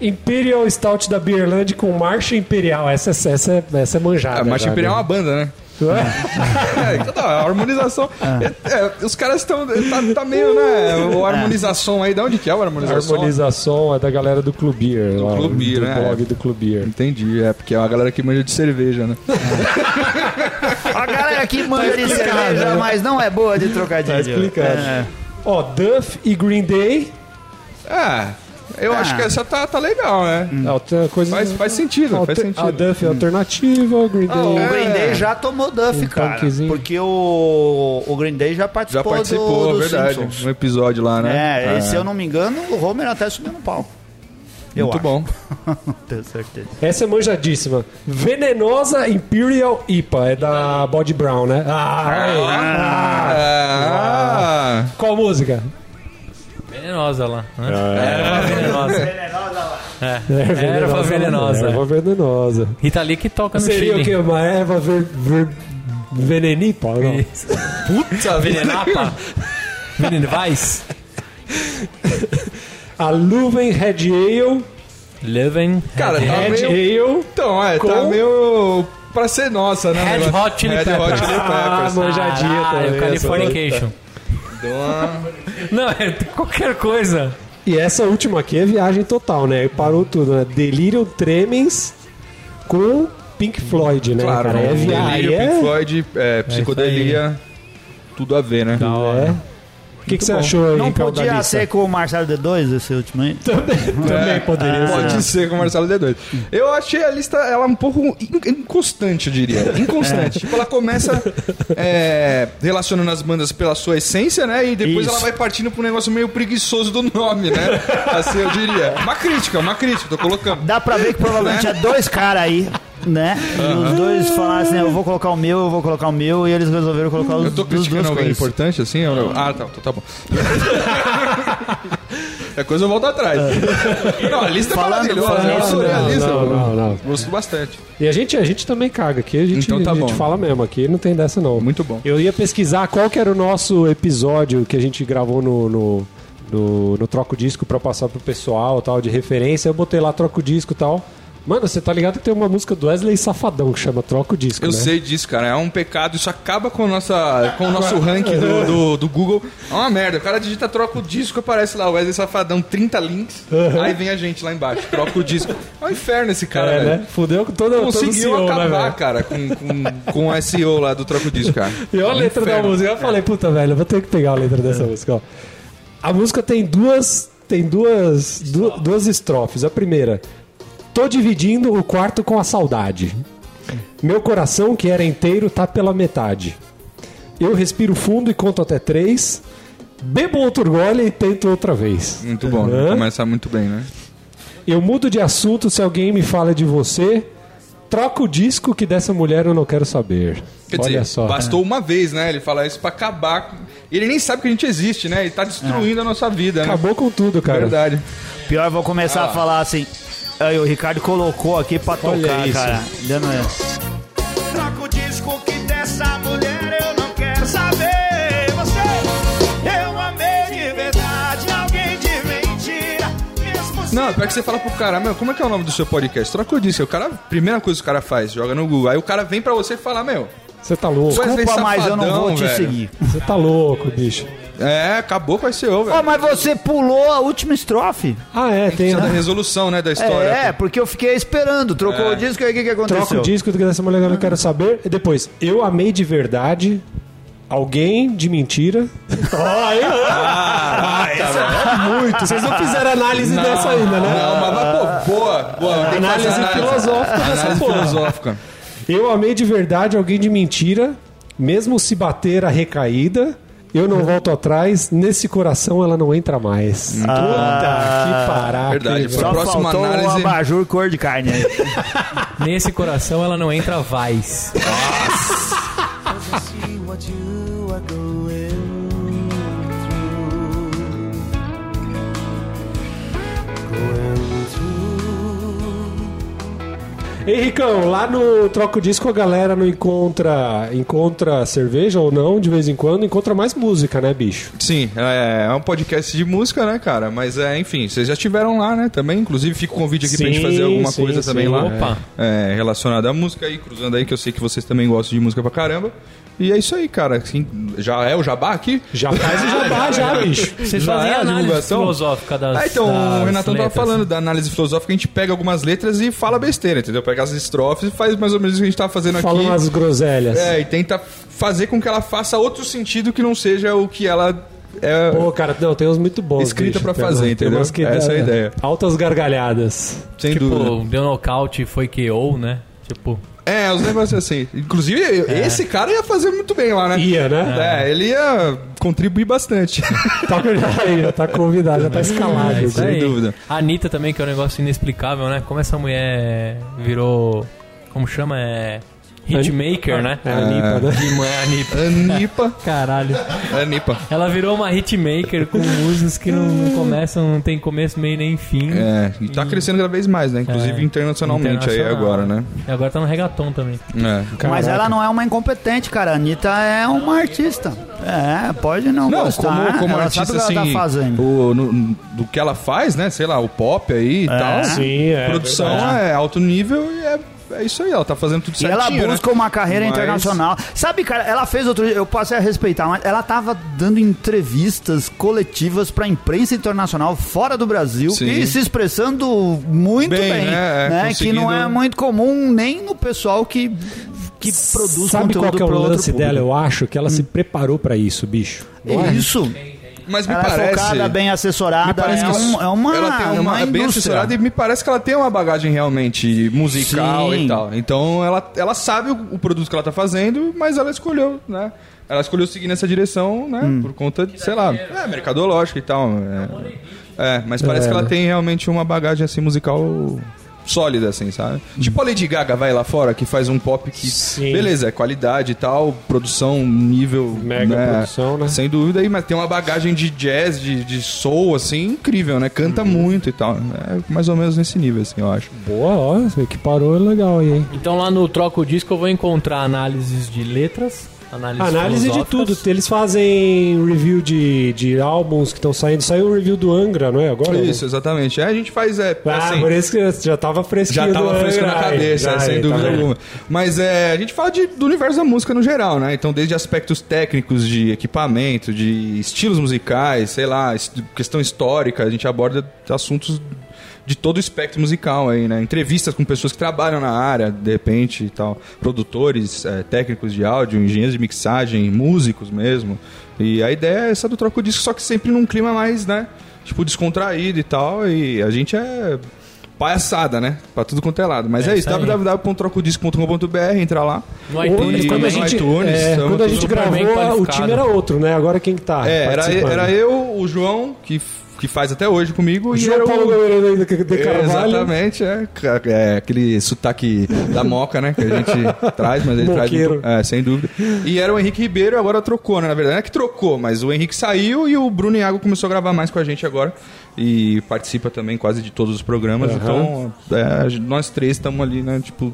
Speaker 1: Imperial Stout da Beerland com Marcha Imperial. Essa, essa, é- essa é manjada.
Speaker 5: A Marcha
Speaker 1: já,
Speaker 5: Imperial é
Speaker 1: né?
Speaker 5: uma banda, né? *laughs* É, então tá, a harmonização. é, é, os caras estão. Tá, tá meio, né? O harmonização aí. De onde que é o harmonização?
Speaker 1: Harmonização é da galera do Clubier. Do
Speaker 5: Clubeer,
Speaker 1: do
Speaker 5: né?
Speaker 1: blog do Clubier.
Speaker 5: Entendi, é porque é uma galera que manja de cerveja, né?
Speaker 2: A galera
Speaker 5: Tá
Speaker 2: que manja de
Speaker 5: né?
Speaker 2: cerveja, mas não é boa de trocadilho.
Speaker 1: Tá explicado.
Speaker 2: É.
Speaker 1: Ó, Duff e Green Day.
Speaker 5: Ah, eu acho que essa tá, tá legal, né?
Speaker 1: Alter- coisa-
Speaker 5: Faz, faz sentido, Hum. faz
Speaker 1: Alter- A
Speaker 5: sentido.
Speaker 1: Duff é alternativa, o Green
Speaker 2: O
Speaker 1: Day.
Speaker 2: Green
Speaker 5: É.
Speaker 2: Day já tomou Duff,
Speaker 1: Um
Speaker 2: cara.
Speaker 1: punkzinho.
Speaker 2: Porque o, o Green Day já
Speaker 5: Já
Speaker 2: participou,
Speaker 5: participou,
Speaker 2: do, do
Speaker 5: verdade.
Speaker 2: Simpsons.
Speaker 5: Um episódio lá, né?
Speaker 2: É, e se eu não me engano, o Homer até subiu no pau. Eu
Speaker 5: Muito
Speaker 2: acho.
Speaker 5: bom.
Speaker 2: Tenho certeza.
Speaker 1: Essa é manjadíssima. Venenosa Imperial IPA. É da Body Brown, né? Ah, aí.
Speaker 5: Ah,
Speaker 1: Qual música?
Speaker 3: Venenosa lá. Né?
Speaker 1: Ah, é.
Speaker 3: Era pra venenosa. É, era pra venenosa.
Speaker 1: Erva venenosa.
Speaker 3: Rita Lee que toca no
Speaker 1: Seria
Speaker 3: Chile.
Speaker 1: o quê? Uma erva ver, ver, venenipa? Não.
Speaker 3: Isso.
Speaker 5: *laughs*
Speaker 3: Puta, venenapa. Venenvais.
Speaker 1: A Luven Red Ale.
Speaker 3: Leven.
Speaker 5: Cara, tá
Speaker 1: Red
Speaker 5: meio.
Speaker 1: Ale.
Speaker 5: Então, é, tá
Speaker 1: Com-
Speaker 5: meio. Pra ser nossa, né? o
Speaker 3: Red
Speaker 5: negócio?
Speaker 3: Hot Chili
Speaker 5: Red Hot
Speaker 3: Peppers.
Speaker 5: Chili
Speaker 1: Ah,
Speaker 5: Peppers.
Speaker 1: manjadinha
Speaker 3: Caralho,
Speaker 1: também. essa
Speaker 3: Californication. Não, é qualquer coisa.
Speaker 1: E essa última aqui é viagem total, né? Parou tudo, né? Delirium Tremens com Pink Floyd, né,
Speaker 5: Claro,
Speaker 1: cara? É viagem.
Speaker 5: Delírio,
Speaker 1: é-
Speaker 5: Pink Floyd, é, psicodelia, tudo a ver, né?
Speaker 1: É. O que, que você achou aí,
Speaker 2: Não
Speaker 1: Ricardo, da
Speaker 2: podia
Speaker 1: lista?
Speaker 2: ser com o Marcelo D2 esse último aí? É.
Speaker 1: Também *laughs*
Speaker 2: Ah.
Speaker 1: poderia ser.
Speaker 5: Pode ser com o Marcelo D2. Eu achei a lista ela um pouco in- inconstante, eu *laughs* diria. Inconstante. Tipo, ela começa é, relacionando as bandas pela sua essência, né? E depois
Speaker 2: Isso.
Speaker 5: ela vai partindo pro negócio meio preguiçoso do nome, né? Assim, eu diria. Uma crítica, uma crítica, tô colocando.
Speaker 2: Dá pra ver que provavelmente é dois caras aí, né? E os dois falaram assim, eu vou colocar o meu, eu vou colocar o meu, e eles resolveram colocar os,
Speaker 5: Eu tô
Speaker 2: dos duas
Speaker 5: criticando alguém
Speaker 2: coisas.
Speaker 5: importante, assim? ou não? Ah, tá, tá, tá bom. é coisa eu volto atrás. Não, a lista
Speaker 2: Falando-
Speaker 5: é maravilhosa.
Speaker 2: falando-
Speaker 5: eu adorei a
Speaker 1: não,
Speaker 5: lista.
Speaker 1: não, não, não.
Speaker 5: Gosto bastante.
Speaker 1: E a gente, a gente também caga aqui, a gente,
Speaker 5: Então tá
Speaker 1: a gente
Speaker 5: bom.
Speaker 1: fala mesmo aqui, não tem dessa não.
Speaker 5: Muito bom.
Speaker 1: Eu ia pesquisar qual que era o nosso episódio que a gente gravou no, no, no, no Troco Disco pra passar pro pessoal tal, de referência. Eu botei lá Troco Disco e tal. Mano, você tá ligado que tem uma música do Wesley Safadão que chama Troco Disco,
Speaker 5: Eu
Speaker 1: né?
Speaker 5: sei disso, cara. É um pecado. Isso acaba com, a nossa, com o nosso ranking do, do, do Google. É uma merda. O cara digita troca o disco, aparece lá o Wesley Safadão, 30 links. Aí vem a gente lá embaixo, troca o disco. É um inferno esse cara,
Speaker 1: É,
Speaker 5: velho.
Speaker 1: né? Fudeu com toda todo o
Speaker 5: Conseguiu
Speaker 1: CEO, né,
Speaker 5: acabar,
Speaker 1: velho?
Speaker 5: cara, com, com, com o SEO lá do troca o disco,
Speaker 1: *laughs*
Speaker 5: cara.
Speaker 1: E olha a
Speaker 5: É.
Speaker 1: letra da música. Eu falei, puta, velho, eu vou ter que pegar a letra dessa música, ó. A música tem duas tem duas, du- duas estrofes. A primeira, tô dividindo o quarto com a saudade. Meu coração, que era inteiro, tá pela metade. Eu respiro fundo e conto até três. Bebo outro gole e tento outra vez.
Speaker 5: Muito bom, né?
Speaker 1: Aham.
Speaker 5: Começa muito bem, né?
Speaker 1: Eu mudo de assunto se alguém me fala de você. Troca o disco que dessa mulher eu não quero saber.
Speaker 5: Quer
Speaker 1: Olha
Speaker 5: dizer,
Speaker 1: só.
Speaker 5: bastou uma vez, né? Ele fala isso pra acabar. com- Ele nem sabe que a gente existe, né? Ele tá destruindo a nossa vida, né?
Speaker 1: Acabou com tudo, cara.
Speaker 5: Verdade.
Speaker 2: Pior, eu vou
Speaker 5: Ah.
Speaker 2: começar a falar assim. Aí, o Ricardo colocou aqui pra
Speaker 1: Olha
Speaker 2: tocar,
Speaker 1: isso.
Speaker 2: cara. Dando...
Speaker 6: Troca o disco que dessa mulher eu não quero saber. Você, eu amei de verdade, alguém de mentira. Mesmo
Speaker 5: Não, é pior que você fala pro cara, meu, como é que é o nome do seu podcast? Troca o disco. O cara, primeira coisa que o cara faz, joga no Google. Aí o cara vem pra você e fala, meu,
Speaker 1: Você tá louco.
Speaker 5: Wesley
Speaker 2: Desculpa, mas eu não vou te
Speaker 5: velho.
Speaker 2: seguir.
Speaker 1: Você tá louco, bicho.
Speaker 5: É, acabou com a SEO,
Speaker 2: Ó,
Speaker 5: velho.
Speaker 2: Ah, mas você pulou a última estrofe.
Speaker 1: Ah, é, tem.
Speaker 5: Da resolução, né, da história.
Speaker 2: É, é, porque eu fiquei esperando. Trocou
Speaker 5: É.
Speaker 2: o disco e aí o que, que aconteceu?
Speaker 1: Troca o disco do que dessa mulher eu não quero saber. E depois, eu amei de verdade. Alguém de mentira. é muito. Vocês não fizeram análise dessa ainda, né?
Speaker 5: Não, mas pô, boa, boa. tem que
Speaker 1: Análise
Speaker 5: fazer
Speaker 1: filosófica dessa
Speaker 5: Análise
Speaker 1: porra.
Speaker 5: filosófica.
Speaker 1: Eu amei de verdade alguém de mentira, mesmo se bater a recaída, eu não volto atrás, nesse coração ela não entra mais. Puta que parada.
Speaker 5: Verdade,
Speaker 1: velho.
Speaker 5: a
Speaker 2: Só
Speaker 5: próxima
Speaker 2: faltou um
Speaker 5: análise-
Speaker 2: abajur cor de carne. aí.
Speaker 5: *laughs*
Speaker 3: Nesse coração ela não entra vaz.
Speaker 6: see what you are going through. Going through.
Speaker 1: Henricão, lá no Troco Disco a galera não encontra, encontra cerveja ou não, de vez em quando, encontra mais música, né, bicho?
Speaker 5: Sim, é, é um podcast de música, né, cara? Mas, é, enfim, vocês já estiveram lá, né, também. Inclusive, fica o convite aqui pra
Speaker 1: Sim,
Speaker 5: gente fazer alguma
Speaker 1: sim,
Speaker 5: coisa
Speaker 1: sim.
Speaker 5: também lá.
Speaker 3: Opa.
Speaker 5: É, relacionada à música aí, cruzando aí, que eu sei que vocês também gostam de música pra caramba. E é isso aí, cara. Assim, já é o jabá aqui?
Speaker 1: Ah, Já faz o jabá,
Speaker 3: né,
Speaker 1: já, bicho.
Speaker 3: Ah, Vocês
Speaker 5: tá, Já
Speaker 3: fazem
Speaker 5: é a
Speaker 3: análise
Speaker 5: divulgação?
Speaker 3: filosófica das.
Speaker 5: Ah, então,
Speaker 3: das
Speaker 5: o Renatão tava
Speaker 3: letras.
Speaker 5: falando da análise filosófica, a gente pega algumas letras e fala besteira, entendeu? Pega as estrofes e faz mais ou menos o que a gente tava fazendo
Speaker 1: Fala
Speaker 5: aqui.
Speaker 1: umas groselhas.
Speaker 5: É, e tenta fazer com que ela faça outro sentido que não seja o que ela é.
Speaker 1: Pô, cara, não, tem uns muito bons.
Speaker 5: Escrita
Speaker 1: bicho.
Speaker 5: pra
Speaker 1: Tem
Speaker 5: fazer,
Speaker 1: umas- tem
Speaker 5: entendeu?
Speaker 1: umas que
Speaker 5: Essa
Speaker 1: dá né?
Speaker 5: é a ideia.
Speaker 1: Altas gargalhadas.
Speaker 5: sem dúvida.
Speaker 3: Tipo, deu nocaute, foi KO, né? Tipo,
Speaker 5: É, os negócios assim. Inclusive, eu- esse cara ia fazer muito bem lá, né?
Speaker 1: É. Ia, né?
Speaker 5: É, ele ia
Speaker 1: *laughs*
Speaker 5: contribuir bastante.
Speaker 1: Tá, aí, já tá convidado, já tá escalado.
Speaker 3: é isso
Speaker 5: sem
Speaker 1: bicho.
Speaker 3: aí.
Speaker 5: dúvida.
Speaker 3: A Anitta também, que é um negócio inexplicável, né? Como essa mulher virou. Como chama? É. Hitmaker, né?
Speaker 1: É a Anitta, né?
Speaker 3: De mulher Anitta.
Speaker 5: Anipa.
Speaker 3: Caralho.
Speaker 5: Anipa.
Speaker 3: Ela virou uma hitmaker com músicas que não, não começam, não tem começo, meio nem fim.
Speaker 5: É, e tá crescendo cada vez mais, né? Inclusive
Speaker 3: É.
Speaker 5: internacionalmente aí
Speaker 3: Internacional.
Speaker 5: agora, né?
Speaker 3: E agora tá no reggaeton também.
Speaker 5: É.
Speaker 2: Mas
Speaker 1: Caraca.
Speaker 2: ela não é uma incompetente, cara. A Anitta é uma artista. É, pode não,
Speaker 5: Não,
Speaker 2: gostar.
Speaker 5: como, como
Speaker 2: ela
Speaker 5: artista,
Speaker 2: sabe o que ela
Speaker 5: assim,
Speaker 2: tá fazendo.
Speaker 5: o- no- no- do que ela faz, né? Sei lá, o pop aí e tal.
Speaker 1: Sim, é.
Speaker 5: Produção
Speaker 1: verdade.
Speaker 5: é alto nível e é, é isso aí. Ela tá fazendo tudo
Speaker 2: E
Speaker 5: certinho,
Speaker 2: ela busca
Speaker 5: né?
Speaker 2: uma carreira
Speaker 5: Mas-
Speaker 2: internacional. Sabe, cara, ela fez outro dia, eu passei a respeitar, mas ela tava dando entrevistas coletivas pra imprensa internacional fora do Brasil
Speaker 5: Sim.
Speaker 2: e se expressando muito bem,
Speaker 5: Bem, né?
Speaker 2: né?
Speaker 5: É,
Speaker 2: Que não é
Speaker 5: conseguindo-
Speaker 2: muito comum nem no pessoal que, que produz
Speaker 1: Sabe qual
Speaker 2: conteúdo
Speaker 1: que é o
Speaker 2: pro outro
Speaker 1: lance dela?
Speaker 2: público.
Speaker 1: Eu acho que ela se preparou pra isso, bicho. Não
Speaker 2: É
Speaker 1: é?
Speaker 2: isso.
Speaker 5: Mas me
Speaker 2: Ela é
Speaker 5: parece.
Speaker 2: focada, bem
Speaker 5: me
Speaker 2: assessorada,
Speaker 5: parece
Speaker 2: é,
Speaker 5: que
Speaker 2: um- é uma,
Speaker 5: ela tem
Speaker 2: é
Speaker 5: uma,
Speaker 2: uma
Speaker 5: é bem
Speaker 2: indústria.
Speaker 5: assessorada e me parece que ela tem uma bagagem realmente musical
Speaker 2: Sim.
Speaker 5: e tal. Então ela, ela sabe o, o produto que ela tá fazendo, mas ela escolheu, né? Ela escolheu seguir nessa direção, né?
Speaker 2: Hum.
Speaker 5: Por conta, de, sei lá, é, mercadológica e tal. É, É, mas parece
Speaker 1: É.
Speaker 5: que ela tem realmente uma bagagem assim musical sólida, assim, sabe? Tipo a Lady Gaga vai lá fora, que faz um pop que.
Speaker 1: Sim.
Speaker 5: Beleza, é qualidade e tal, produção, nível.
Speaker 1: Mega produção, né?
Speaker 5: Sem dúvida, e mas tem uma bagagem de jazz, de, de soul, assim, incrível, né?
Speaker 1: Uhum.
Speaker 5: Canta muito e tal. É mais ou menos nesse nível, assim, eu acho.
Speaker 1: Boa, ó, você que parou é legal aí, hein?
Speaker 3: Então lá no Troca o Disco eu vou encontrar análises de letras, análises
Speaker 1: Análise de tudo.
Speaker 3: filosóficas.
Speaker 1: Eles fazem review de, de álbuns que estão saindo. Saiu o review do Angra, não é? Agora?
Speaker 5: Isso, exatamente. É, a gente faz, é,
Speaker 1: Ah,
Speaker 5: assim,
Speaker 1: por isso que eu já tava fresquinho.
Speaker 5: já
Speaker 1: do
Speaker 5: tava fresco na
Speaker 1: Angra, aí,
Speaker 5: cabeça,
Speaker 1: já
Speaker 5: sem
Speaker 1: aí, tá
Speaker 5: dúvida
Speaker 1: vendo?
Speaker 5: alguma. Mas é, a gente fala de- do universo da música no geral, né? Então, desde aspectos técnicos de equipamento, de estilos musicais, sei lá, es- questão histórica, a gente aborda assuntos de todo o espectro musical aí, né? Entrevistas com pessoas que trabalham na área, de repente e tal. Produtores, é, técnicos de áudio, engenheiros de mixagem, músicos mesmo. E a ideia é essa do troco disco, só que sempre num clima mais, né? tipo, descontraído e tal. E a gente é palhaçada, né? Pra tudo quanto é lado. Mas é,
Speaker 3: É
Speaker 5: isso,
Speaker 3: isso aí.
Speaker 5: www.trocodisco.com.br, entra lá.
Speaker 3: No iTunes
Speaker 5: E
Speaker 3: também.
Speaker 1: Quando a
Speaker 5: no
Speaker 1: gente,
Speaker 5: iTunes,
Speaker 1: é,
Speaker 5: estamos
Speaker 1: quando a
Speaker 5: tudo
Speaker 1: gente
Speaker 3: super bem
Speaker 1: gravou, ah, o
Speaker 3: qualificado.
Speaker 1: time era outro, né? Agora quem que tá
Speaker 5: É, era,
Speaker 1: participando?
Speaker 5: era eu, o João, que, que faz até hoje comigo,
Speaker 1: O
Speaker 5: e era
Speaker 1: João Paulo
Speaker 5: o...
Speaker 1: Gabriel de de
Speaker 5: É,
Speaker 1: Carvalho.
Speaker 5: Exatamente, é, Ca- é aquele sotaque da moca, né? Que
Speaker 1: *laughs*
Speaker 5: a gente traz, mas ele traz.
Speaker 1: Moqueiro.
Speaker 5: muito- é, sem dúvida. E era o Henrique Ribeiro e agora trocou, né? Na verdade, não é que trocou, mas o Henrique saiu e o Bruno Iago começou a gravar mais com a gente agora. E participa também quase de todos os programas. Então, é, a gente- nós três estamos ali, né? Tipo,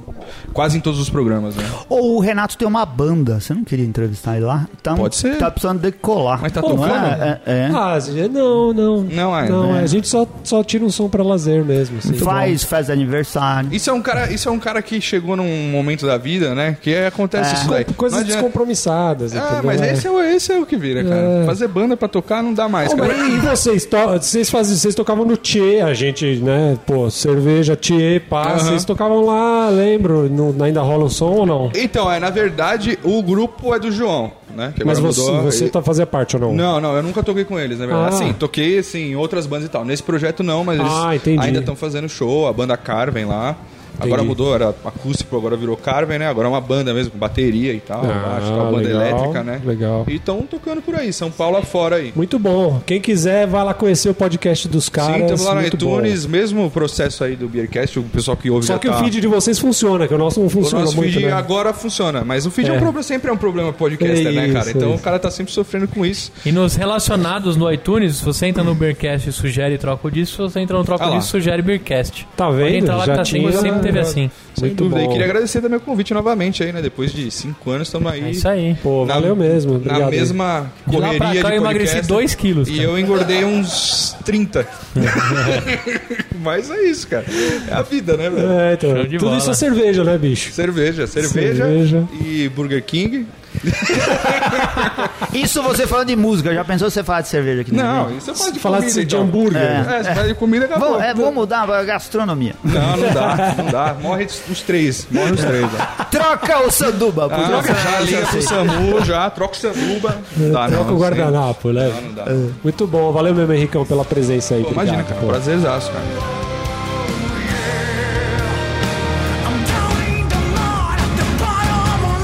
Speaker 5: quase em todos os programas, né?
Speaker 2: Ou o Renato tem uma banda. Você não queria entrevistar ele lá? Então,
Speaker 5: Pode ser.
Speaker 2: Tá precisando decolar.
Speaker 5: Mas tá
Speaker 2: Não
Speaker 5: tocando?
Speaker 2: É, é, é.
Speaker 1: Ah, Zé, não, não.
Speaker 5: Não é,
Speaker 1: Não, a gente só, só tira um som pra lazer mesmo. assim.
Speaker 2: Faz, faz aniversário.
Speaker 5: Isso é um cara, isso é um cara que chegou num momento da vida, né? Que acontece
Speaker 2: É.
Speaker 5: isso daí.
Speaker 1: Coisas
Speaker 5: Não adianta.
Speaker 1: descompromissadas.
Speaker 5: Ah,
Speaker 1: entendeu?
Speaker 5: mas
Speaker 1: É.
Speaker 5: esse é, o, esse é o que vira, cara.
Speaker 1: É.
Speaker 5: Fazer banda pra tocar não dá mais,
Speaker 1: Pô,
Speaker 5: cara.
Speaker 1: mas e vocês, to- vocês, faziam, vocês tocavam no Tchê, a gente, né? Pô, cerveja, Tchê, pá.
Speaker 5: Aham.
Speaker 1: Vocês tocavam lá, lembro. No- ainda rola o som ou não?
Speaker 5: Então, é, na verdade, o grupo é do João, né? Que
Speaker 1: Mas
Speaker 5: agora
Speaker 1: você,
Speaker 5: mudou,
Speaker 1: você
Speaker 5: e-
Speaker 1: tá fazia parte ou não?
Speaker 5: Não, não, eu nunca toquei com eles, na verdade.
Speaker 1: Ah.
Speaker 5: Assim, toquei assim, em outras bandas e tal. Nesse projeto não, mas eles
Speaker 1: Ah, entendi.
Speaker 5: ainda estão fazendo show, a banda Carven lá. Agora
Speaker 1: Entendi.
Speaker 5: mudou, era acústico, agora virou Carven, né? Agora é uma banda mesmo, com bateria e tal,
Speaker 1: Ah,
Speaker 5: baixo, tal, banda
Speaker 1: legal,
Speaker 5: elétrica, né?
Speaker 1: legal.
Speaker 5: E estão tocando por aí, São Paulo afora aí.
Speaker 1: Muito bom. Quem quiser, vai lá conhecer o podcast dos
Speaker 5: Sim,
Speaker 1: caras.
Speaker 5: estamos lá no
Speaker 1: é muito bom.
Speaker 5: iTunes, mesmo processo aí do Beercast, o pessoal que ouve
Speaker 1: Só
Speaker 5: já
Speaker 1: que
Speaker 5: tá...
Speaker 1: o feed de vocês funciona, que o nosso não
Speaker 5: O
Speaker 1: funciona
Speaker 5: nosso
Speaker 1: muito,
Speaker 5: feed
Speaker 1: né?
Speaker 5: agora funciona, mas o feed é, um
Speaker 1: É.
Speaker 5: problema, sempre é um problema pro podcaster,
Speaker 1: É
Speaker 5: né, cara?
Speaker 1: isso,
Speaker 5: Então
Speaker 1: é
Speaker 5: o cara tá sempre sofrendo com isso.
Speaker 3: E nos relacionados no iTunes, se você entra no Beercast e sugere troca o disco, se você entra no troca
Speaker 5: Ah
Speaker 3: o
Speaker 5: lá.
Speaker 3: disco e sugere Beercast.
Speaker 1: Tá
Speaker 3: Pode
Speaker 1: vendo?
Speaker 3: entrar lá que
Speaker 1: Já
Speaker 3: tá
Speaker 1: tinha.
Speaker 3: assim, sempre teve assim.
Speaker 5: Sem
Speaker 1: Muito
Speaker 5: dúvida.
Speaker 1: bom.
Speaker 5: E queria agradecer também o convite novamente aí, né? Depois de cinco anos, estamos aí.
Speaker 3: É isso aí.
Speaker 1: Pô,
Speaker 5: Na-
Speaker 1: valeu mesmo. Obrigado.
Speaker 5: Na
Speaker 1: aí.
Speaker 5: mesma
Speaker 3: De lá
Speaker 5: correria
Speaker 3: pra cá
Speaker 5: de
Speaker 3: eu emagreci
Speaker 5: podcaster.
Speaker 3: 2 quilos.
Speaker 5: E
Speaker 3: cara.
Speaker 5: eu engordei uns
Speaker 1: *laughs*
Speaker 5: 30. Mas é isso, cara. É a vida, né, velho?
Speaker 1: É, então.
Speaker 3: Show de
Speaker 1: Tudo
Speaker 3: bola.
Speaker 1: isso é cerveja, né, bicho?
Speaker 5: Cerveja, cerveja,
Speaker 1: Cerveja.
Speaker 5: e Burger King.
Speaker 2: Isso você falando de música. Já pensou você falar de cerveja aqui? no
Speaker 5: Não,
Speaker 2: Rio?
Speaker 5: isso é faz de
Speaker 1: Falar
Speaker 5: comida.
Speaker 1: de, de
Speaker 5: então.
Speaker 1: hambúrguer. né?
Speaker 2: É.
Speaker 5: É, você faz de comida acabou.
Speaker 2: Vamos, é, vamos mudar para gastronomia.
Speaker 5: Não, não dá, não dá. Morre os três. Morre os três.
Speaker 1: *laughs*
Speaker 5: ó.
Speaker 2: Troca o sanduba. por
Speaker 5: Ah,
Speaker 2: favor.
Speaker 5: já liga pro SAMU, já, troca o SAMUBA. Dá,
Speaker 1: Troca o guardanapo, né?
Speaker 5: Ah, Não dá.
Speaker 1: Muito bom. Valeu mesmo, Henricão, pela presença aí.
Speaker 5: Pô, imagina,
Speaker 1: Obrigado,
Speaker 5: cara,
Speaker 1: pô.
Speaker 5: prazerzaço, cara.
Speaker 6: I'm counting the Lord at the bottom of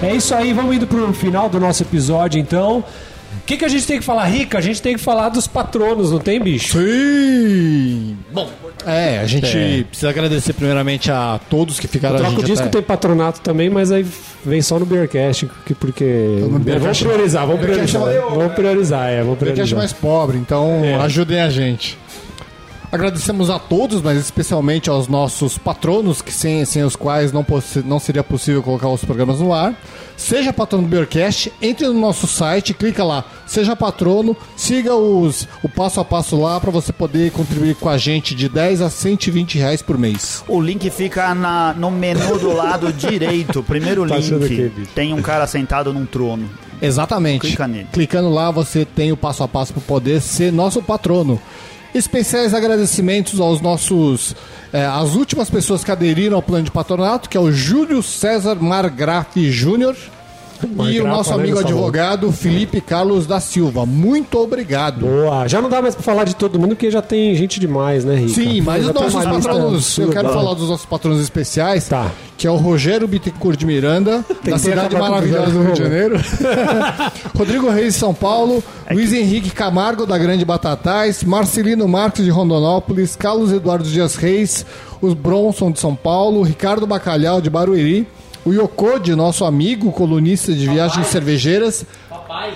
Speaker 6: my
Speaker 1: É isso aí, vamos indo pro final do nosso episódio, então. O que, que a gente tem que falar, Rica? A gente tem que falar dos patronos, não tem, bicho?
Speaker 4: Sim! Bom, é, a gente precisa agradecer primeiramente a todos que ficaram a
Speaker 1: Troca o
Speaker 4: gente
Speaker 1: disco,
Speaker 4: até-
Speaker 1: tem patronato também, mas aí vem só no Beercast, que- porque...
Speaker 4: no
Speaker 1: vamos
Speaker 4: Beercast-
Speaker 1: priorizar, vamos
Speaker 4: Beercast é
Speaker 1: priorizar.
Speaker 4: valeu,
Speaker 1: Vamos priorizar, é, vamos
Speaker 4: podcast
Speaker 1: priorizar.
Speaker 4: mais pobre, então ajudem a gente. Agradecemos a todos, mas especialmente aos nossos patronos, que sem, sem os quais não, possi- não seria possível colocar os programas no ar. Seja patrono do Beercast, entre no nosso site, clica lá, seja patrono, siga os, o passo a passo lá para você poder contribuir com a gente de 10 a 120 reais por mês.
Speaker 2: O link fica na- no menu do lado direito. Primeiro
Speaker 1: Tá achando o quê,
Speaker 2: link.
Speaker 1: bicho?
Speaker 2: Tem um cara sentado num trono.
Speaker 4: Exatamente.
Speaker 2: Clica nele.
Speaker 4: Clicando lá, você tem o passo a passo para poder ser nosso patrono. Especiais agradecimentos aos nossos. eh, as últimas pessoas que aderiram ao plano de patronato, que é o Júlio César Margraf Júnior. E o
Speaker 1: Margraf,
Speaker 4: nosso
Speaker 1: né,
Speaker 4: amigo
Speaker 1: ele falou.
Speaker 4: advogado Felipe Carlos da Silva. Muito obrigado.
Speaker 1: Boa, já não dá mais pra falar de todo mundo, porque já tem gente demais, né, Rica?
Speaker 4: Sim, mas
Speaker 1: Já
Speaker 4: os
Speaker 1: tem né?
Speaker 4: nossos
Speaker 1: uma lista
Speaker 4: patronos. Eu
Speaker 1: absurda.
Speaker 4: quero falar dos nossos patronos especiais,
Speaker 1: Tá.
Speaker 4: que é o Rogério Bittencourt
Speaker 1: *laughs*
Speaker 4: de Miranda, da
Speaker 1: que
Speaker 4: cidade
Speaker 1: acabar com
Speaker 4: maravilhosa
Speaker 1: os
Speaker 4: do Rio de
Speaker 1: Janeiro.
Speaker 4: Janeiro. *laughs* Rodrigo Reis de São Paulo,
Speaker 1: É
Speaker 4: Luiz Henrique Camargo da Grande Batatais, Marcelino Marques de Rondonópolis, Carlos Eduardo Dias Reis, os Bronson de São Paulo, Ricardo Bacalhau de Barueri. O Yokode, nosso amigo, colunista de viagens cervejeiras. Papai,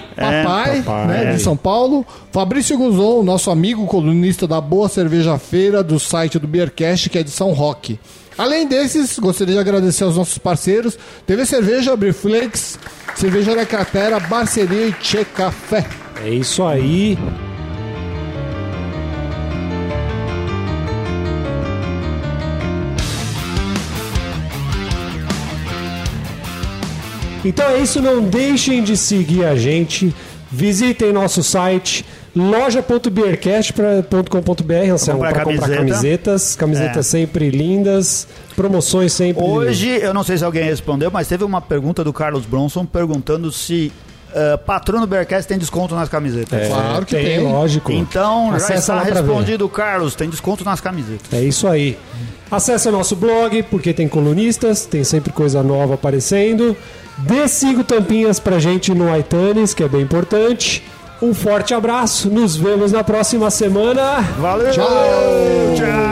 Speaker 4: né, de São Paulo. Fabrício Guzon, nosso amigo colunista da Boa Cerveja Feira, do site do Beercast, que é de São Roque. Além desses, gostaria de agradecer aos nossos parceiros, TV Cerveja, Briflex, Cervejaria Cratera, Barceria e Tchê Café.
Speaker 1: É isso aí. Então é isso, não deixem de seguir a gente. Visitem nosso site loja.beercast.com.br Anselmo,
Speaker 2: Pra
Speaker 1: para
Speaker 2: comprar
Speaker 1: comprar
Speaker 2: camiseta.
Speaker 1: camisetas, camisetas
Speaker 2: É.
Speaker 1: sempre lindas, promoções sempre
Speaker 2: Hoje, eu não sei se alguém respondeu, mas teve uma pergunta do Carlos Bronson perguntando se ah, patrono Bearcast tem desconto nas camisetas.
Speaker 4: Claro que tem.
Speaker 1: lógico.
Speaker 2: Então,
Speaker 1: É. Acessa
Speaker 2: já
Speaker 1: lá
Speaker 2: está
Speaker 1: pra ver.
Speaker 2: respondido, Carlos. Tem desconto nas camisetas.
Speaker 1: É isso aí. Acesse o nosso blog, porque tem colunistas, tem sempre coisa nova aparecendo. Dê cinco tampinhas pra gente no iTunes, que é bem importante. Um forte abraço, nos vemos na próxima semana.
Speaker 2: Valeu!
Speaker 4: Tchau!
Speaker 2: Tchau!